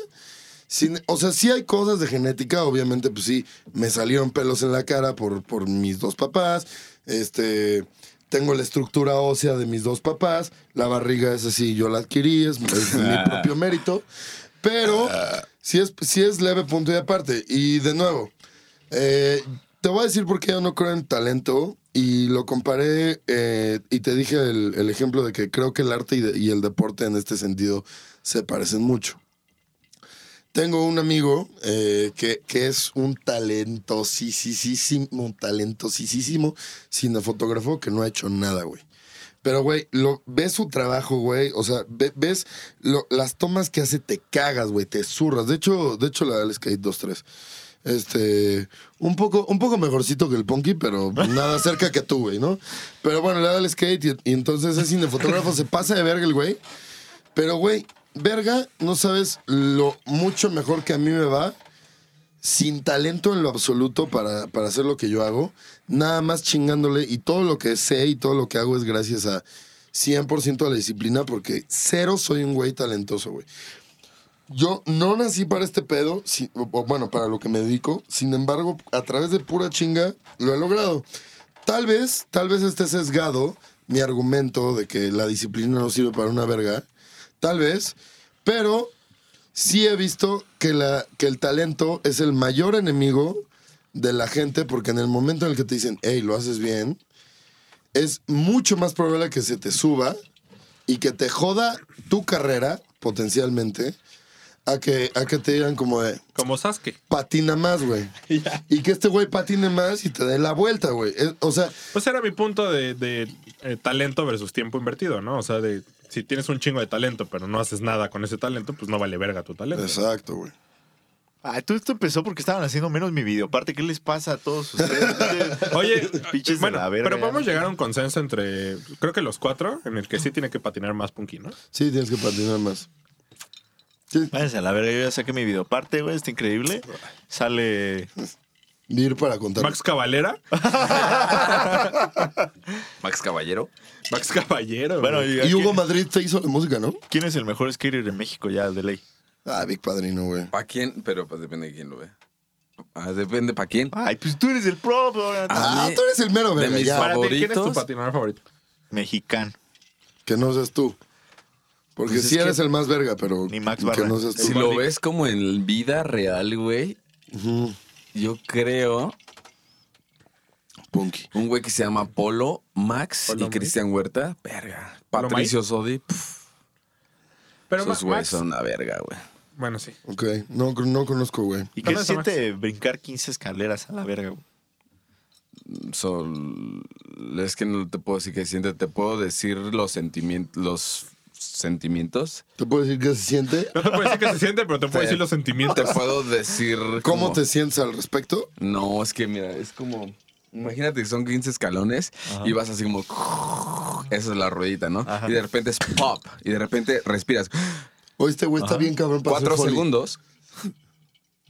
Sin- o sea, sí hay cosas de genética, obviamente, pues sí, me salieron pelos en la cara por, por mis dos papás, este, tengo la estructura ósea de mis dos papás, la barriga es así, yo la adquirí, es, es mi propio mérito, pero sí es, sí es leve punto y aparte. Y de nuevo, eh, te voy a decir por qué yo no creo en talento y lo comparé eh, y te dije el, el ejemplo de que creo que el arte y, de- y el deporte en este sentido se parecen mucho. Tengo un amigo eh, que, que es un talentosísimo, un talentosísimo cinefotógrafo que no ha hecho nada, güey. Pero, güey, lo, ves su trabajo, güey. O sea, ve- ves lo- las tomas que hace, te cagas, güey, te zurras. De hecho, de hecho, la del Skate 2-3. Este, un poco, un poco mejorcito que el Ponky, pero nada cerca que tú, güey, ¿no? Pero bueno, le da el skate y, y entonces es cinefotógrafo, se pasa de verga el güey. Pero, güey, verga, no sabes lo mucho mejor que a mí me va. Sin talento en lo absoluto para, para hacer lo que yo hago. Nada más chingándole. Y todo lo que sé y todo lo que hago es gracias a 100% a la disciplina. Porque cero soy un güey talentoso, güey. Yo no nací para este pedo. si- o- o bueno, para lo que me dedico. Sin embargo, a través de pura chinga, lo he logrado. Tal vez, tal vez esté sesgado mi argumento de que la disciplina no sirve para una verga. Tal vez. Pero sí he visto que, la, que el talento es el mayor enemigo de la gente porque en el momento en el que te dicen, hey, lo haces bien, es mucho más probable que se te suba y que te joda tu carrera potencialmente a que, a que te digan como de,
Como Sasuke.
patina más, güey. Y que este güey patine más y te dé la vuelta, güey. Es- O sea,
Pues era mi punto de, de, eh, talento versus tiempo invertido, ¿no? O sea, de si tienes un chingo de talento, pero no haces nada con ese talento, pues no vale verga tu talento.
exacto, güey.
Ah, todo esto empezó porque estaban haciendo menos mi video. Aparte, ¿qué les pasa a todos ustedes?
Oye, eh,
Pinches de
bueno,
la verga,
pero podemos
¿no?
llegar a un consenso entre, creo que los cuatro, en el que sí tiene que patinar más Punky, ¿no?
Sí, tienes que patinar más. Sí,
Váyanse a la verga, yo ya saqué mi video. Aparte, güey, está increíble. Sale.
ir para contar.
Max Cavalera,
Max Caballero.
Max Caballero.
Bueno,
güey.
y,
Y
aquí-
Hugo Madrid te hizo la música, ¿no?
¿quién es el mejor skater de México ya de ley?
Ah, Big Padrino, güey.
¿Para quién? Pero pues depende de quién lo ve. Ah, depende para quién.
Ay, pues tú eres el pro, bro.
Ah,
mí-
tú eres el mero,
de
verga,
mis
ya.
Para ti, ¿quién es tu
favoritos.
patinador favorito?
Mexicano.
Que no seas tú. Porque
Pues es
sí
que-
eres el más verga, pero
Ni Max
que
Barra.
no seas tú.
Si lo ves como en vida real, güey,
Ujú,
yo creo
Punky.
un güey que se llama Polo Max
Polo
y
Max.
Cristian Huerta. Verga.
¿Polo
Patricio Sodi. pf,
Pero
Esos
más
güeyes son una verga, güey.
Bueno, sí.
Ok, no, no conozco, güey.
¿Y qué
No,
se
no,
siente brincar 15 escaleras a la verga, güey?
Son- es que no te puedo decir que siente, te puedo decir los sentimientos, los sentimientos.
¿Te puedo decir qué se siente?
No te puedo decir que se siente, pero te puedo
Sí.
decir los
Te
sentimientos.
puedo decir
¿Cómo
como-
te sientes al respecto?
No, es que mira, es como imagínate que son 15 escalones y vas así como esa es la ruedita, ¿no?
Ajá.
Y de repente es pop y de repente respiras
Oye, este güey está bien cabrón para
cuatro
hacer foley.
segundos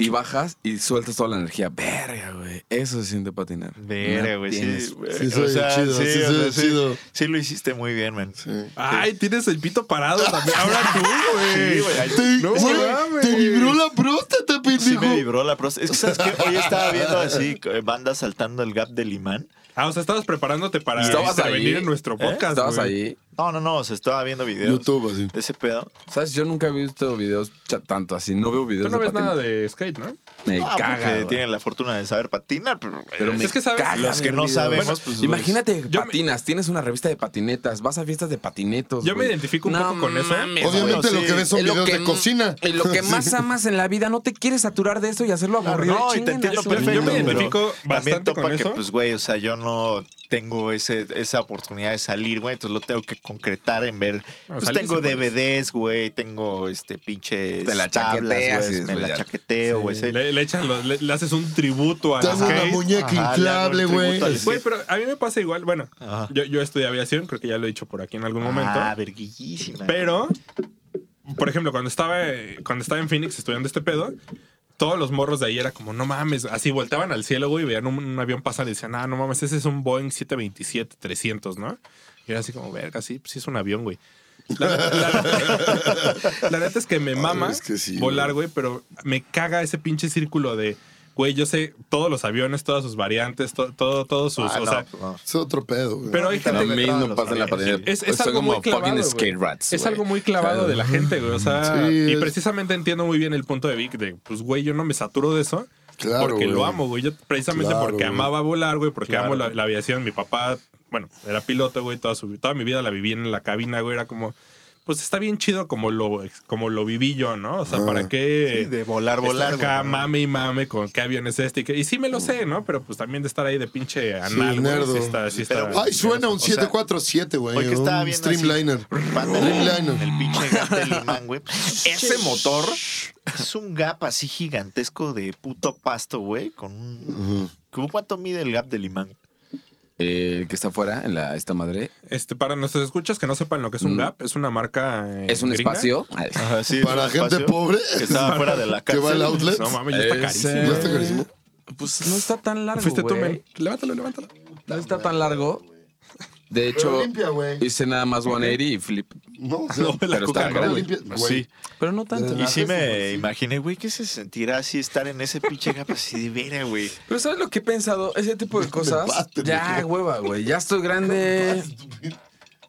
y bajas y sueltas toda la energía. Verga, güey. Eso se siente patinar.
Verga,
No
güey.
tienes-
Sí, güey.
Sí, soy chido, sí,
o
soy
sea,
chido.
sí lo hiciste muy bien, man.
Sí.
Ay, tienes el pito parado también. Ahora tú, güey.
Sí, güey. ahí-
Te,
No
güey,
mames.
te vibró la próstata, pendejo.
Sí me vibró la próstata. Es que, ¿sabes qué? Hoy estaba viendo así eh, bandas saltando el gap del imán.
Ah, o sea, estabas preparándote para
Estabas
intervenir
ahí.
en nuestro podcast.
Estabas
güey.
ahí.
No, no, no. O sea, estaba viendo videos
YouTube, así.
de ese pedo.
¿Sabes? Yo nunca he visto videos cha- tanto así. No veo videos
Tú no
de
ves
patín.
nada de skate, ¿no?
Me
Ah,
caga.
porque
güey.
tienen la fortuna de saber patinar, pero,
Pero me
Es que, ¿sabes?
caga
los que
ver
no
videos.
sabemos,
Bueno,
pues,
imagínate,
Yo me-
patinas, tienes una revista de patinetas, vas a fiestas de patinetos.
Yo me
güey.
identifico un
No
poco con eso.
mames,
Obviamente
bueno,
lo
sí.
que ves son
Es lo
videos
que
de
m-
cocina.
es lo que
Sí.
más amas en la vida. No te quieres saturar de eso y hacerlo
Claro,
aburrido.
no, y te
Chinguen a
entiendo
su-
perfecto.
Yo me
pero
identifico
también
bastante
topa
con
que,
eso.
Pues, güey, o sea, yo no tengo ese, esa oportunidad de salir, güey, entonces lo tengo que concretar en ver.
Bueno,
pues
salir
tengo
sí puedes.
DVDs, güey, tengo este pinche.
Te la chaqueteas y
güey, me
después ya.
la chaqueteo, güey. sí.
Le, le echan los- le, le haces un tributo a
Te haces una
skate.
muñeca
Ajá, le hago el
inflable, güey.
tributo al-
Güey, pero a mí me pasa igual. Bueno,
Ajá.
yo, yo estudié aviación, creo que ya lo he dicho por aquí en algún momento.
Ah, verguillísima.
Pero, por ejemplo, cuando estaba, eh, cuando estaba en Phoenix estudiando este pedo, todos los morros de ahí era como, no mames, así volteaban al cielo, güey, y veían un, un avión pasar y decían, ah, no mames, ese es un Boeing 727-300, ¿no? Y era así como, verga, sí, pues sí es un avión, güey. La, la- la neta es que me
Ay,
mama
es que sí,
volar, güey, pero me caga ese pinche círculo de, güey, yo sé todos los aviones, todas sus variantes, to- todo, todos sus,
Ah,
pues, o
no,
sea,
no.
Es otro pedo, güey.
pero hay
A
gente
mí
que...
no pasa en la patineta.
Es, es
Soy
algo
como
muy clavado.
fucking
güey.
skate rats.
es
güey.
algo muy clavado de la gente, güey. O sea,
Sí,
y
es-
precisamente entiendo muy bien el punto de Vic de, pues, güey, yo no me saturo de eso.
Claro,
porque lo
güey.
amo, güey. Yo precisamente
Claro,
porque
güey.
amaba volar, güey, porque
Claro.
amo la, la aviación. Mi papá, bueno, era piloto, güey, toda, su, toda mi vida la viví en la cabina, güey. Era como, pues está bien chido como lo, como lo viví yo, ¿no? O sea, ¿para
Ah.
qué?
Sí, de volar,
estar
volar.
acá,
güey.
mame y mame con qué avión es este y, qué- y sí me lo sé, ¿no? Pero pues también de estar ahí de pinche anal, güey,
nerdo.
sí está- sí
Pero-
está-
Ay, suena un
O sea,
747, güey.
Porque estaba
Un
viendo
Streamliner.
así, banda de- en
Streamliner.
el pinche gap del imán, güey.
Ese motor.
Es un gap así gigantesco de puto pasto, güey, con un...
Ujú.
¿Cómo cuánto mide el gap del imán?
Eh, que está afuera, en la, esta madre.
Este, para nuestros escuchas que no sepan lo que es un
Mm.
gap, es una marca. eh,
Es un
gringa.
espacio. Ay,
Ajá, sí,
Para
es un
gente
espacio
pobre.
Que estaba fuera de la
Que
cárcel.
va al outlet.
No mames, ya está
Ese-
carísimo.
¿Ya está carísimo?
Pues no está tan largo.
Fuiste tú,
güey.
men. Levántalo, levántalo.
No está tan largo. De hecho,
Pero limpia, güey.
hice nada más 180 y flip.
No, o sea,
No, la
Pero está
Coca-Cola.
era
güey.
limpia, güey.
Pues Sí.
Pero no tanto.
De
Y
la-
sí me
Ajá,
imaginé, güey, que se sentirá así estar en ese pinche gap así de vera, güey.
Pero ¿sabes lo que he pensado? Ese tipo de cosas.
bates,
Ya,
güey.
hueva, güey. Ya estoy grande.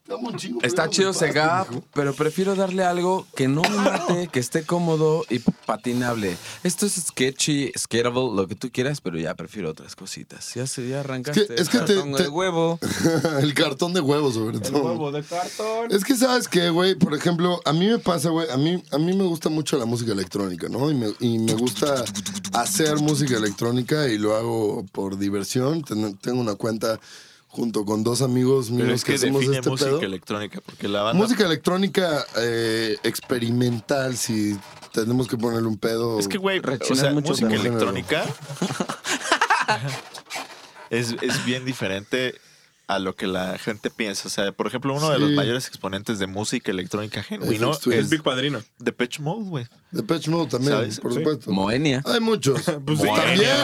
Dame un chingo,
Está
pero
chido
me
Sega,
pasa, mijo.
pero prefiero darle algo que no me mate, que esté cómodo y patinable. Esto es sketchy, skatable, lo que tú quieras, pero ya prefiero otras cositas. Ya, se- ya arrancaste.
Es que- es que te-
cartón
te-
de huevo.
el cartón de huevos, sobre todo.
de cartón.
Es que sabes que, güey, por ejemplo, a mí me pasa, güey, a mí, a mí me gusta mucho la música electrónica, ¿no? Y me, y me gusta hacer música electrónica y lo hago por diversión. Ten- Tengo una cuenta junto con dos amigos míos
Pero es que,
hacemos
define
este
música
pedo.
electrónica, porque la banda.
Música electrónica eh, experimental, si tenemos que ponerle un pedo.
es que, güey, o
Rechinas
sea,
mucho
música
como género.
electrónica es, es bien diferente a lo que la gente piensa. O sea, por ejemplo, uno de los
Sí. este.
mayores exponentes de música electrónica genuino
Twin.
Es
es
Big Padrino.
The Pitch Mode, güey.
De Patch Mode también,
¿Sabes?
por
Sí.
supuesto.
Moenia.
Hay muchos.
Pues sí.
También,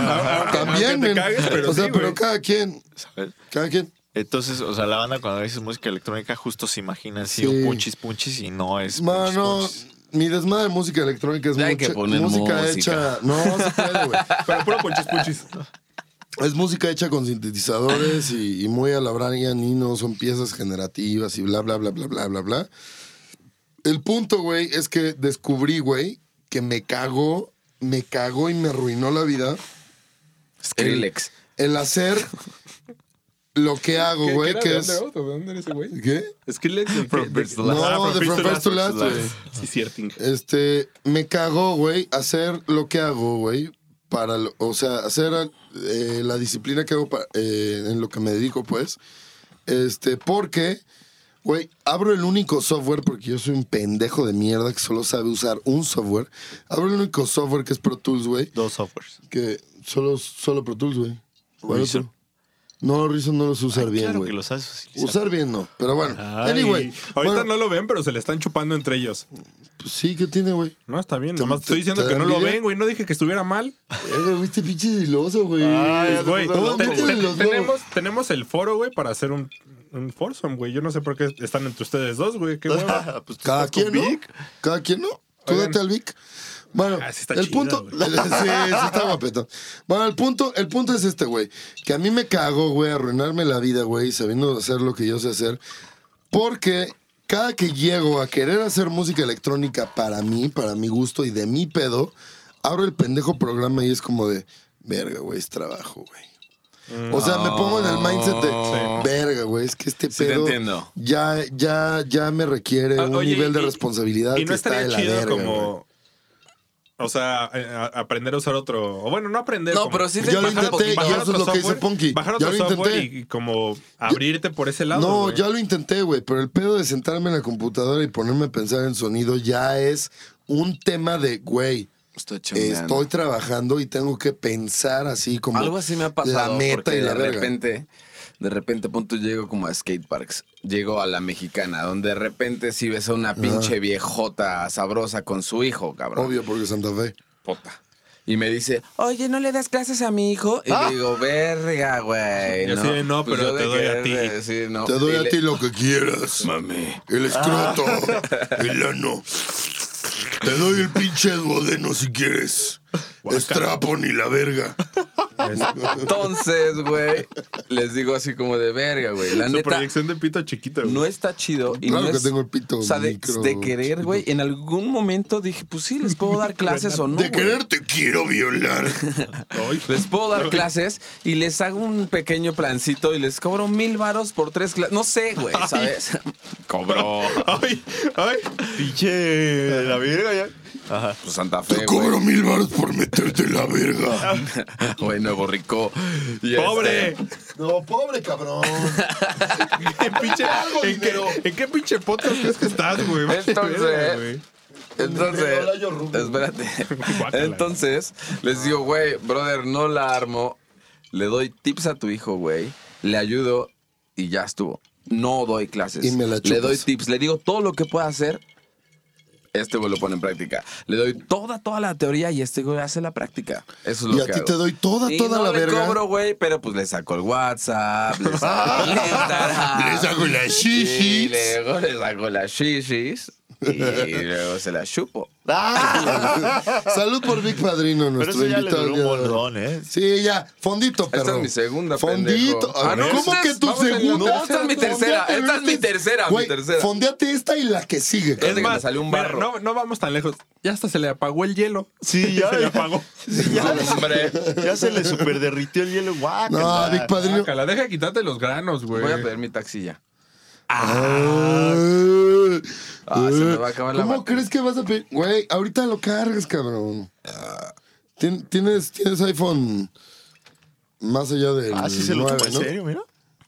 Moenia.
también.
Aunque te
men.
cagues, pero
o sea,
sí, güey.
pero cada quien,
¿Sabes?
cada quien.
Entonces, o sea, la banda cuando dices música electrónica justo se imagina así
Sí.
un punchis punchis y no es punchis,
Mano,
punchis.
mi desmadre de música electrónica es
Ya hay
mucha-
que poner música.
hecha. No, se puede, güey.
Pero puro punchis punchis.
Es música hecha con sintetizadores y, y muy a la Brian Eno, son piezas generativas y bla, bla, bla, bla, bla, bla, bla. El punto, güey, es que descubrí, güey, que me cagó, me cagó y me arruinó la vida
Skrillex.
el hacer lo que hago, güey,
era
que
de
es...
Underworld o ¿De dónde era ese güey?
¿Qué?
Skrillex de
From First to
de-
Last.
Ah,
No,
From
de
First
From
to
First to Last, güey.
Sí, cierto.
Este, me cagó, güey, hacer lo que hago, güey, para, lo- o sea, hacer eh, la disciplina que hago pa- eh, en lo que me dedico, pues, este, porque, güey, abro el único software, porque yo soy un pendejo de mierda que solo sabe usar un software, abro el único software que es Pro Tools, güey,
Dos softwares.
que solo, solo Pro Tools, güey. ¿Cuál
Reason.
otro? No, Reason no lo sé usar
Ah,
bien,
claro
güey.
que lo sabes Ah, utilizar.
Usar bien no, pero bueno.
Ay,
anyway,
Ahorita
bueno,
no lo ven, pero se le están chupando entre ellos.
pues sí, ¿qué tiene, güey?
No, está bien.
Te-
Nomás
te-
estoy diciendo
te
que
da
no lo
envidia.
ven, güey. No dije que estuviera mal.
Eh, viste pinche siloso, güey.
Ay,
Pues, güey,
puso loco,
te-
güey.
te-
Los
tenemos, tenemos el foro, güey, para hacer un, un foursome, güey. Yo no sé por qué están entre ustedes dos, güey. Qué huevo.
Pues tú
Cada
estás con
quien, ¿no?
Vic.
Cada quien, ¿no? Tú
Oigan.
date al Vic. Bueno,
Ah, sí está
el
chido,
punto.
güey.
sí, sí está guapetón. Bueno, el punto, el punto es este, güey. Que a mí me cago, güey, arruinarme la vida, güey, sabiendo hacer lo que yo sé hacer. Porque cada que llego a querer hacer música electrónica para mí, para mi gusto y de mi pedo, abro el pendejo programa y es como de, verga, güey, es trabajo, güey. O sea, me pongo en el mindset de,
Sí.
verga, güey, es que este
Sí, te
pedo
entiendo.
ya, ya, ya me requiere
Ah,
un
oye,
nivel de
y-
responsabilidad
Y
que
no
Ah, está de
estaría
la
chido
verga,
como.
güey.
O sea, eh, a- aprender a usar otro. O bueno, no aprender.
No,
como-
pero sí te-
Yo lo
bajar
intenté y
poquito.
bajar
eso es
otro
lo que dice
software-
Ponky.
Bajar
Ya
otro
lo
software
intenté.
y, y como abrirte por ese lado.
No,
güey.
ya lo intenté, güey, pero el pedo de sentarme en la computadora y ponerme a pensar en sonido ya es un tema de, güey,
Estoy chambeando.
estoy trabajando y tengo que pensar así como
Algo así me ha pasado.
la meta
porque
y la
de
verga.
repente, de repente, punto, llego como a skateparks. Llego a la mexicana, donde de repente si ves a una pinche viejota sabrosa con su hijo, cabrón.
Obvio, porque Santa Fe.
Puta. Y me dice, oye, ¿no le das clases a mi hijo? Y
Ah.
le digo, verga, güey. Pues
Y así de, "No, pero
yo
te
de
doy a ti".
querer decir, no. Ah.
Te doy
Y
a
le-
ti lo que quieras.
Mami.
El escroto, el ano. Te doy el pinche duodeno si quieres. Estrapo ni la verga.
Entonces, güey, les digo así como de verga, güey. La
Su
neta,
proyección de pito chiquito, güey.
no está chido. Y
Claro
no
que
es-
tengo el pito
O sea, de,
micro
de querer, güey. En algún momento dije, pues sí, les puedo dar clases o no.
De
güey.
querer te quiero violar.
Ay.
Les puedo dar
No.
clases y les hago un pequeño plancito y les cobro mil varos por tres clases. No sé, güey, ¿sabes? Cobro.
Ay, ay.
Pinche la verga ya. Ajá.
Pues, Santa
Te
Fe, güey.
cobro mil baros por meterte la verga.
Güey, Nuevo Rico. Y
Pobre.
este,
No, pobre cabrón.
¿En, pinche- en qué, en qué pinche podcast crees que estás, güey? Vale,
Entonces,
verga, güey.
Entonces,
Pero la yo rubio.
espérate.
Guácala.
Entonces, les digo, güey, brother, no la armo. Le doy tips a tu hijo, güey. Le ayudo y ya estuvo. No doy clases.
Y me la
le
chupas.
doy tips. Le digo todo lo que pueda hacer. Este güey lo pone en práctica. Le doy toda, toda la teoría y este güey hace la práctica. Eso es lo
Y a
que
ti
hago.
te doy toda,
Y
toda
no
la
le
verga.
cobro, güey, pero pues le saco el WhatsApp, le saco
Ah,
el Instagram.
Les hago las
Y
shishis.
luego le saco las shishis y luego se las chupo.
Salud por Big Padrino,
Pero
nuestro
eso ya le
invitado. del
duró un
día de hoy.
montón, ¿eh?
Sí, ya. Fondito,
Esta
pero.
es mi segunda,
Fondito.
pendejo.
A
Ah,
ver,
no,
¿Cómo
esta
que
es-
tu
vamos en la-
segunda?
no, esta es mi tercera,
Fondeate
esta es mi
esta.
tercera, mi
Güey,
tercera.
Fondeate esta y la que sigue.
Es
cabrón.
más, salió un
mira,
barro.
no, no vamos tan lejos. Ya hasta se le apagó el hielo.
Sí, ya,
se le apagó.
Hombre.
ya se le super derritió el hielo.
No,
guácala.
Big Padrino.
Guácala, deja de quitarte los granos, güey.
Voy a pedir mi taxi ya.
Ah,
Ah, se me va a acabar la
¿Cómo
batería.
crees que vas a pedir? Güey, ahorita lo cargas, cabrón. Tien- ¿Tienes, tienes iPhone más allá del.
Ah, sí se lo tomó
9,
en
¿no?
serio, mira.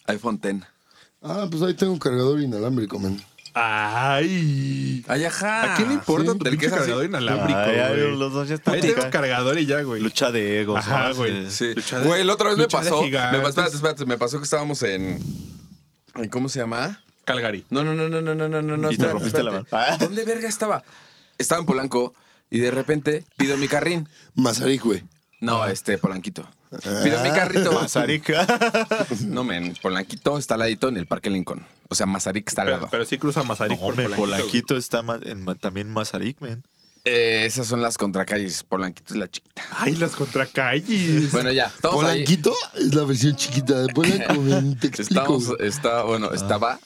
iPhone X.
Ah, pues ahí tengo un cargador inalámbrico, men.
Ay.
Ay, ajá.
¿A quién le
Ah,
importa
Sí,
tu
del que
pinche
es así?
cargador inalámbrico,
Ay, ay,
güey?
los dos ya están
Ahí tengo
acá.
cargador y ya, güey.
Lucha de egos.
Ajá,
¿no? Este,
güey.
Sí.
Lucha de-
Güey, la otra vez me
lucha de
pasó. Me,
gigantes.
pasó- espérate, espérate, me pasó que estábamos en. en ¿Cómo se llama?
Calgary.
No, no, no, no, no, no, no, no. no,
Y te
espérate,
rompiste la
espérate.
mano. Ah.
¿Dónde verga estaba? Estaba en Polanco y de repente pido mi carrín.
Mazarik, güey.
No,
Ah.
este, Polanquito. Pido mi carrito.
Mazarik.
No, men, Polanquito está al ladito en el Parque Lincoln. O sea, Mazarik está al
Pero,
lado.
pero sí cruza Mazarik por
Hombre,
Polanquito,
Polanquito está ma- en ma- también Mazarik, man.
Eh, esas son las contracalles. Polanquito es la chiquita.
güey. Ay, las contracalles.
Bueno, ya. Estamos ahí.
Polanquito es la versión chiquita de Polanco, men, Te explico.
Estamos, está, bueno, estaba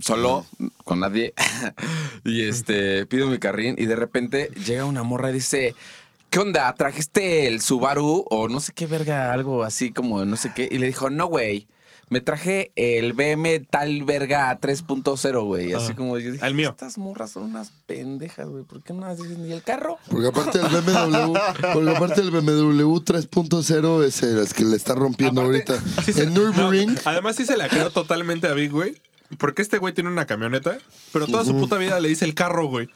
solo, con nadie. y este, pido mi carrín y de repente llega una morra y dice. ¿Qué onda? ¿Trajiste el Subaru o no sé qué verga, algo así como no sé qué? Y le dijo, no, güey, me traje el BM tal verga 3.0, güey. Así
Ah,
como yo dije,
al mío.
estas morras son unas pendejas, güey. ¿Por qué no haces ni el carro?
Porque aparte del BMW, porque aparte del BMW 3.0 es el que le está rompiendo
Aparte,
ahorita.
sí se-
en Nürburgring.
no, además, sí se la creo totalmente a Big, güey. Porque este güey tiene una camioneta, pero toda su puta vida le dice el carro, güey.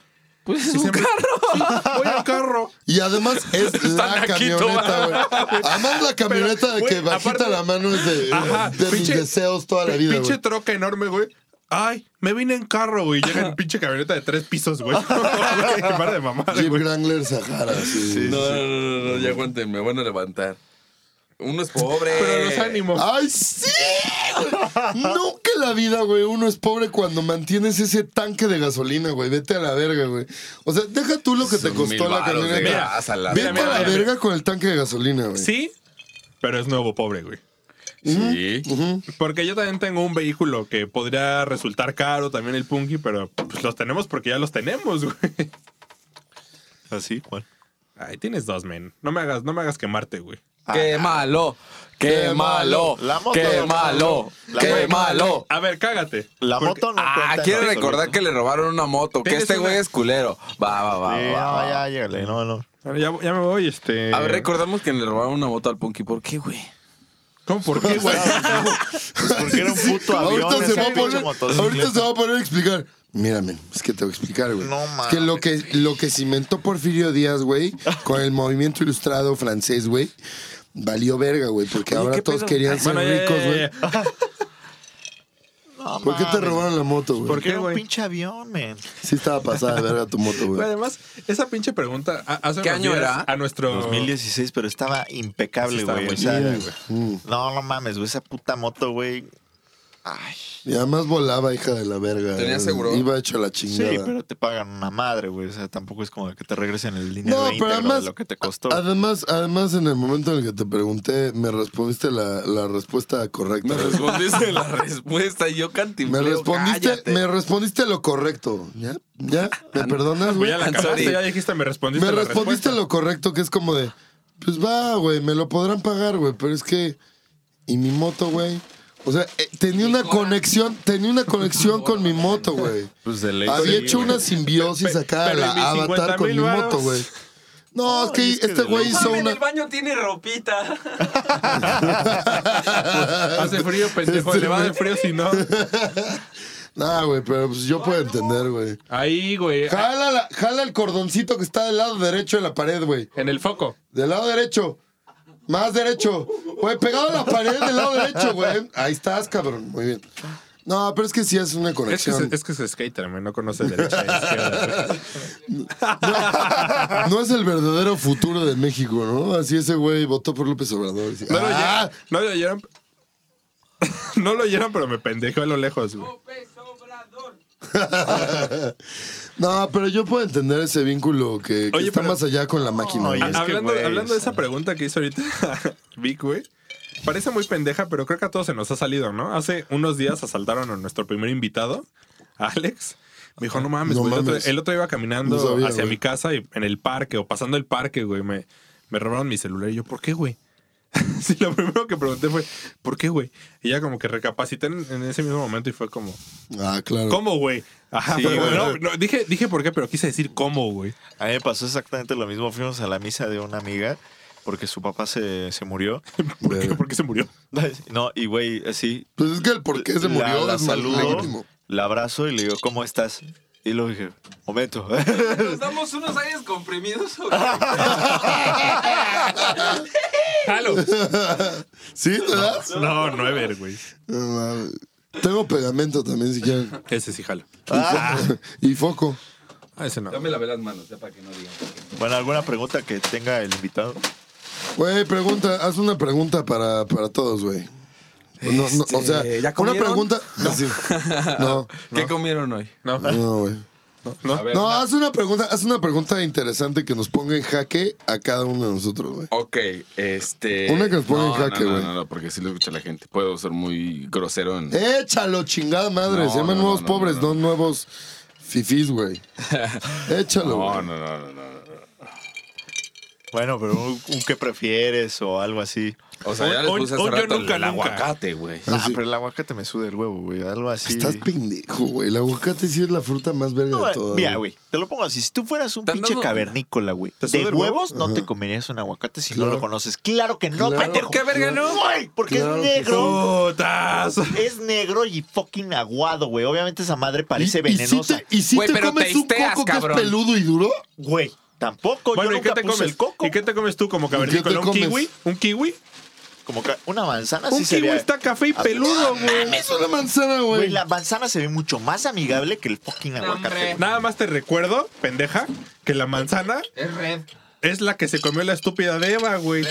Pues es
Y
un
siempre-
carro.
Sí, voy al carro.
Y además es
Están
la
aquí,
camioneta,
toma.
güey. Además la camioneta de
güey,
que bajita
aparte-
la mano es de,
Ajá,
de
pinche-
mis deseos toda la vida,
Pinche
güey.
troca enorme, güey. Ay, me vine en carro, güey. Llega en pinche camioneta de tres pisos, güey. Güey, Para de mamada,
Jeep
güey.
Wrangler Sahara, sí.
No, no, no, no, no, ya aguanten, me van a levantar. Uno es pobre.
Pero los ánimos.
¡Ay, sí! güey! Nunca en la vida, güey, uno es pobre cuando mantienes ese tanque de gasolina, güey. Vete a la verga, güey. O sea, deja tú lo que te
Son
costó
mil
la
varos de
camioneta.
gas a la
Vete
verga.
a la
Mira, mira,
verga con el tanque de gasolina, güey.
Sí, pero es nuevo pobre, güey.
Sí.
Porque yo también tengo un vehículo que podría resultar caro, también el Punky, pero pues, los tenemos porque ya los tenemos, güey.
Así, ¿cuál?
Ay, tienes dos, men. No me hagas, no me hagas quemarte, güey.
Qué malo, qué malo,
Ah, La moto
qué
no.
malo,
La
qué
moto.
malo.
A ver, cágate.
La
Porque-
moto no
Ah,
cuenta,
quiero
no,
recordar
absoluto.
que le robaron una moto, que
Tienes
este
una-
güey es culero. Va, va, va.
Sí,
va,
no,
va.
ya, llégale, no, no.
Bueno, Ya, ya me voy, este.
Ah,
A ver, recordamos que le robaron una moto al Punky. ¿Por qué, güey?
¿Cómo? ¿Por
pues,
qué, güey?
Pues Porque era un puto avión,
Ahorita se,
ese
va a
pinche
poner,
motocicleta.
ahorita se va a poner a explicar. Mírame, es que te voy a explicar, güey.
No
Es que lo que lo que cimentó Porfirio Díaz, güey, con el movimiento ilustrado francés, güey, valió verga, güey, porque ahora todos querían ser
Bueno, ya,
ricos,
ya,
güey.
ya, ya.
No
¿Por qué te
mames,
robaron la moto, güey?
¿Por
Porque
qué,
era un
güey?
pinche avión, man.
Sí estaba pasada de verga tu moto,
Güey,
güey.
Además, esa pinche pregunta a- hace
¿Qué
unos
año
días
era?
a nuestro
2016, pero estaba
Sí,
impecable,
estaba
güey. o
muy
sea,
chida,
Mm.
no, no mames, güey. Esa puta moto, güey.
Y además volaba, hija de la verga.
¿Tenía
güey.
seguro?
Iba hecho la
Sí,
chingada.
pero te pagan una madre, güey. O sea, tampoco es como que te regresen el dinero
No,
íntegro
pero además,
de lo que te costó.
además, además, en el momento en el que te pregunté, me respondiste la, la respuesta correcta.
Me
güey.
respondiste la respuesta y yo
Me
cantimpleo.
respondiste,
cállate.
me respondiste lo correcto. ¿Ya? ¿Ya? ¿Me perdonas, güey?
Güey, Ah, ya la
I'm
cagaste,
sorry.
ya dijiste, me respondiste.
Me
la
respondiste
respuesta.
lo correcto, que es como de, pues va, güey, me lo podrán pagar, güey, pero es que, ¿y mi moto, güey? O sea, eh, tenía una conexión, tenía una conexión con mi moto, güey.
Pues de ley.
Había
sí,
hecho
güey.
una simbiosis
Pe-
acá a
pero
la
¿y mis
avatar
50,000
con mi
varos?
moto, güey. No, es que
es que
este
de
güey
ley.
hizo
Mami, en
una...
el baño tiene ropita.
Hace frío, pendejo.
Este
le va de
güey.
frío si no.
Nah, güey, pero pues yo puedo entender, güey.
Ahí, güey.
Jala, la- jala el cordoncito que está del lado derecho de la pared, güey.
En el foco.
Del lado derecho. Más derecho. Güey, pegado a la pared del lado derecho, güey. Ahí estás, cabrón. Muy bien. No, pero es que sí es una
Es que,
conexión.
es, es que es skater, man, no conoce derecha e izquierda. güey.
No es el verdadero futuro de México, ¿no? Así ese güey votó por López Obrador. Así,
No lo
"Ah,
oyeron. No lo oyeron. No lo oyeron, pero me pendejó a lo lejos, güey.
López Obrador.
no, pero yo puedo entender ese vínculo que, que
Oye,
está
pero-
más allá con la máquina.
Ay,
güey.
es que,
hablando,
güey,
hablando de
o
esa
sea.
pregunta que hizo ahorita Vic, güey. Parece muy pendeja, pero creo que a todos se nos ha salido, ¿no? Hace unos días asaltaron a nuestro primer invitado, a Alex. Me dijo, no mames,
No
güey, el otro-
mames.
El, otro iba caminando
No sabía,
hacia
güey.
mi casa y en el parque o pasando el parque, güey. Me, me robaron mi celular y yo, ¿por qué, güey? sí, lo primero que pregunté fue, ¿por qué, güey? Y ya como que recapacité en- en ese mismo momento y fue como,
Ah, claro.
¿Cómo, güey? Ajá,
Sí,
pero
güey.
no, no, dije, dije por qué, pero quise decir cómo, güey.
A mí me pasó exactamente lo mismo. Fuimos a la misa de una amiga porque su papá se, se murió.
¿Por qué,
Verga.
por qué se murió?
No, y güey, así.
Pues es que el por qué se
la-
murió
La,
es más
saludo,
legítimo.
la abrazo y le digo, ¿cómo estás? Y luego dije, momento.
Nos damos unos aires comprimidos. o qué?
¡Halo!
¿Sí? ¿Te das?
No, nueve, güey.
No mames. Tengo pegamento también, si quieren.
Ese sí, jalo.
Y foco.
Ah, ese no.
Ya me lavé las manos, ya para que no digan.
bueno, ¿alguna pregunta que tenga el invitado?
Güey, pregunta, haz una pregunta para, para todos, güey. No, no, o
Este,
sea,
¿ya
una
comieron?
pregunta. No, sí. no,
¿Qué comieron hoy?
No,
no, güey.
no.
A ver,
No,
una-
haz una pregunta, haz una pregunta interesante que nos ponga en jaque a cada uno de nosotros, güey.
Ok, este.
Una que nos ponga
no,
en jaque,
no,
güey.
No, no, no, porque si lo escucha la gente. Puedo ser muy grosero en.
Échalo, chingada madre.
No,
Se llaman
no,
nuevos
no, no,
pobres, no,
no,
nuevos fifís, güey. Échalo,
No,
güey.
no, no, no, no, no.
Bueno, pero un, un qué prefieres o algo así.
O sea, ya les
Un-
puse
un-
hace
un yo
rato
nunca,
el
nunca.
aguacate, güey.
Ah, pero el aguacate me suda el huevo, güey. Algo así.
Estás pendejo, güey. El aguacate sí es la fruta más verga
No,
de todas.
Mira, güey, te lo pongo así. Si tú fueras un
¿Te han
pinche
dado-
cavernícola, güey,
¿Te
de
suda el
huevos,
huevo?
no te comerías un aguacate si no
Claro.
lo conoces. Claro que no,
Claro.
pendejo.
¿Por
qué verga no?
Güey, porque
Claro
es
que
negro.
¡Putas!
Es negro y fucking aguado, güey. Obviamente esa madre parece
¿Y- ¿Y
venenosa.
si te, y si
Güey,
te
pero
comes un
teisteas,
coco
cabrón.
que es peludo y duro?
Güey, tampoco.
Bueno,
Yo
¿y qué
nunca
te
puse
comes?
el coco.
¿Y qué te comes tú como
¿Y qué
cavernícola?
te
¿Un
comes?
kiwi? ¿Un kiwi?
Como ca- una manzana
un
sí
kiwi
se ve...
está café y peludo, güey.
Es una manzana,
Güey,
güey.
la manzana se ve mucho más amigable que el fucking aguacate.
hombre.
güey.
Nada más te recuerdo, pendeja, que la manzana
Es red.
es la que se comió la estúpida de Eva, güey.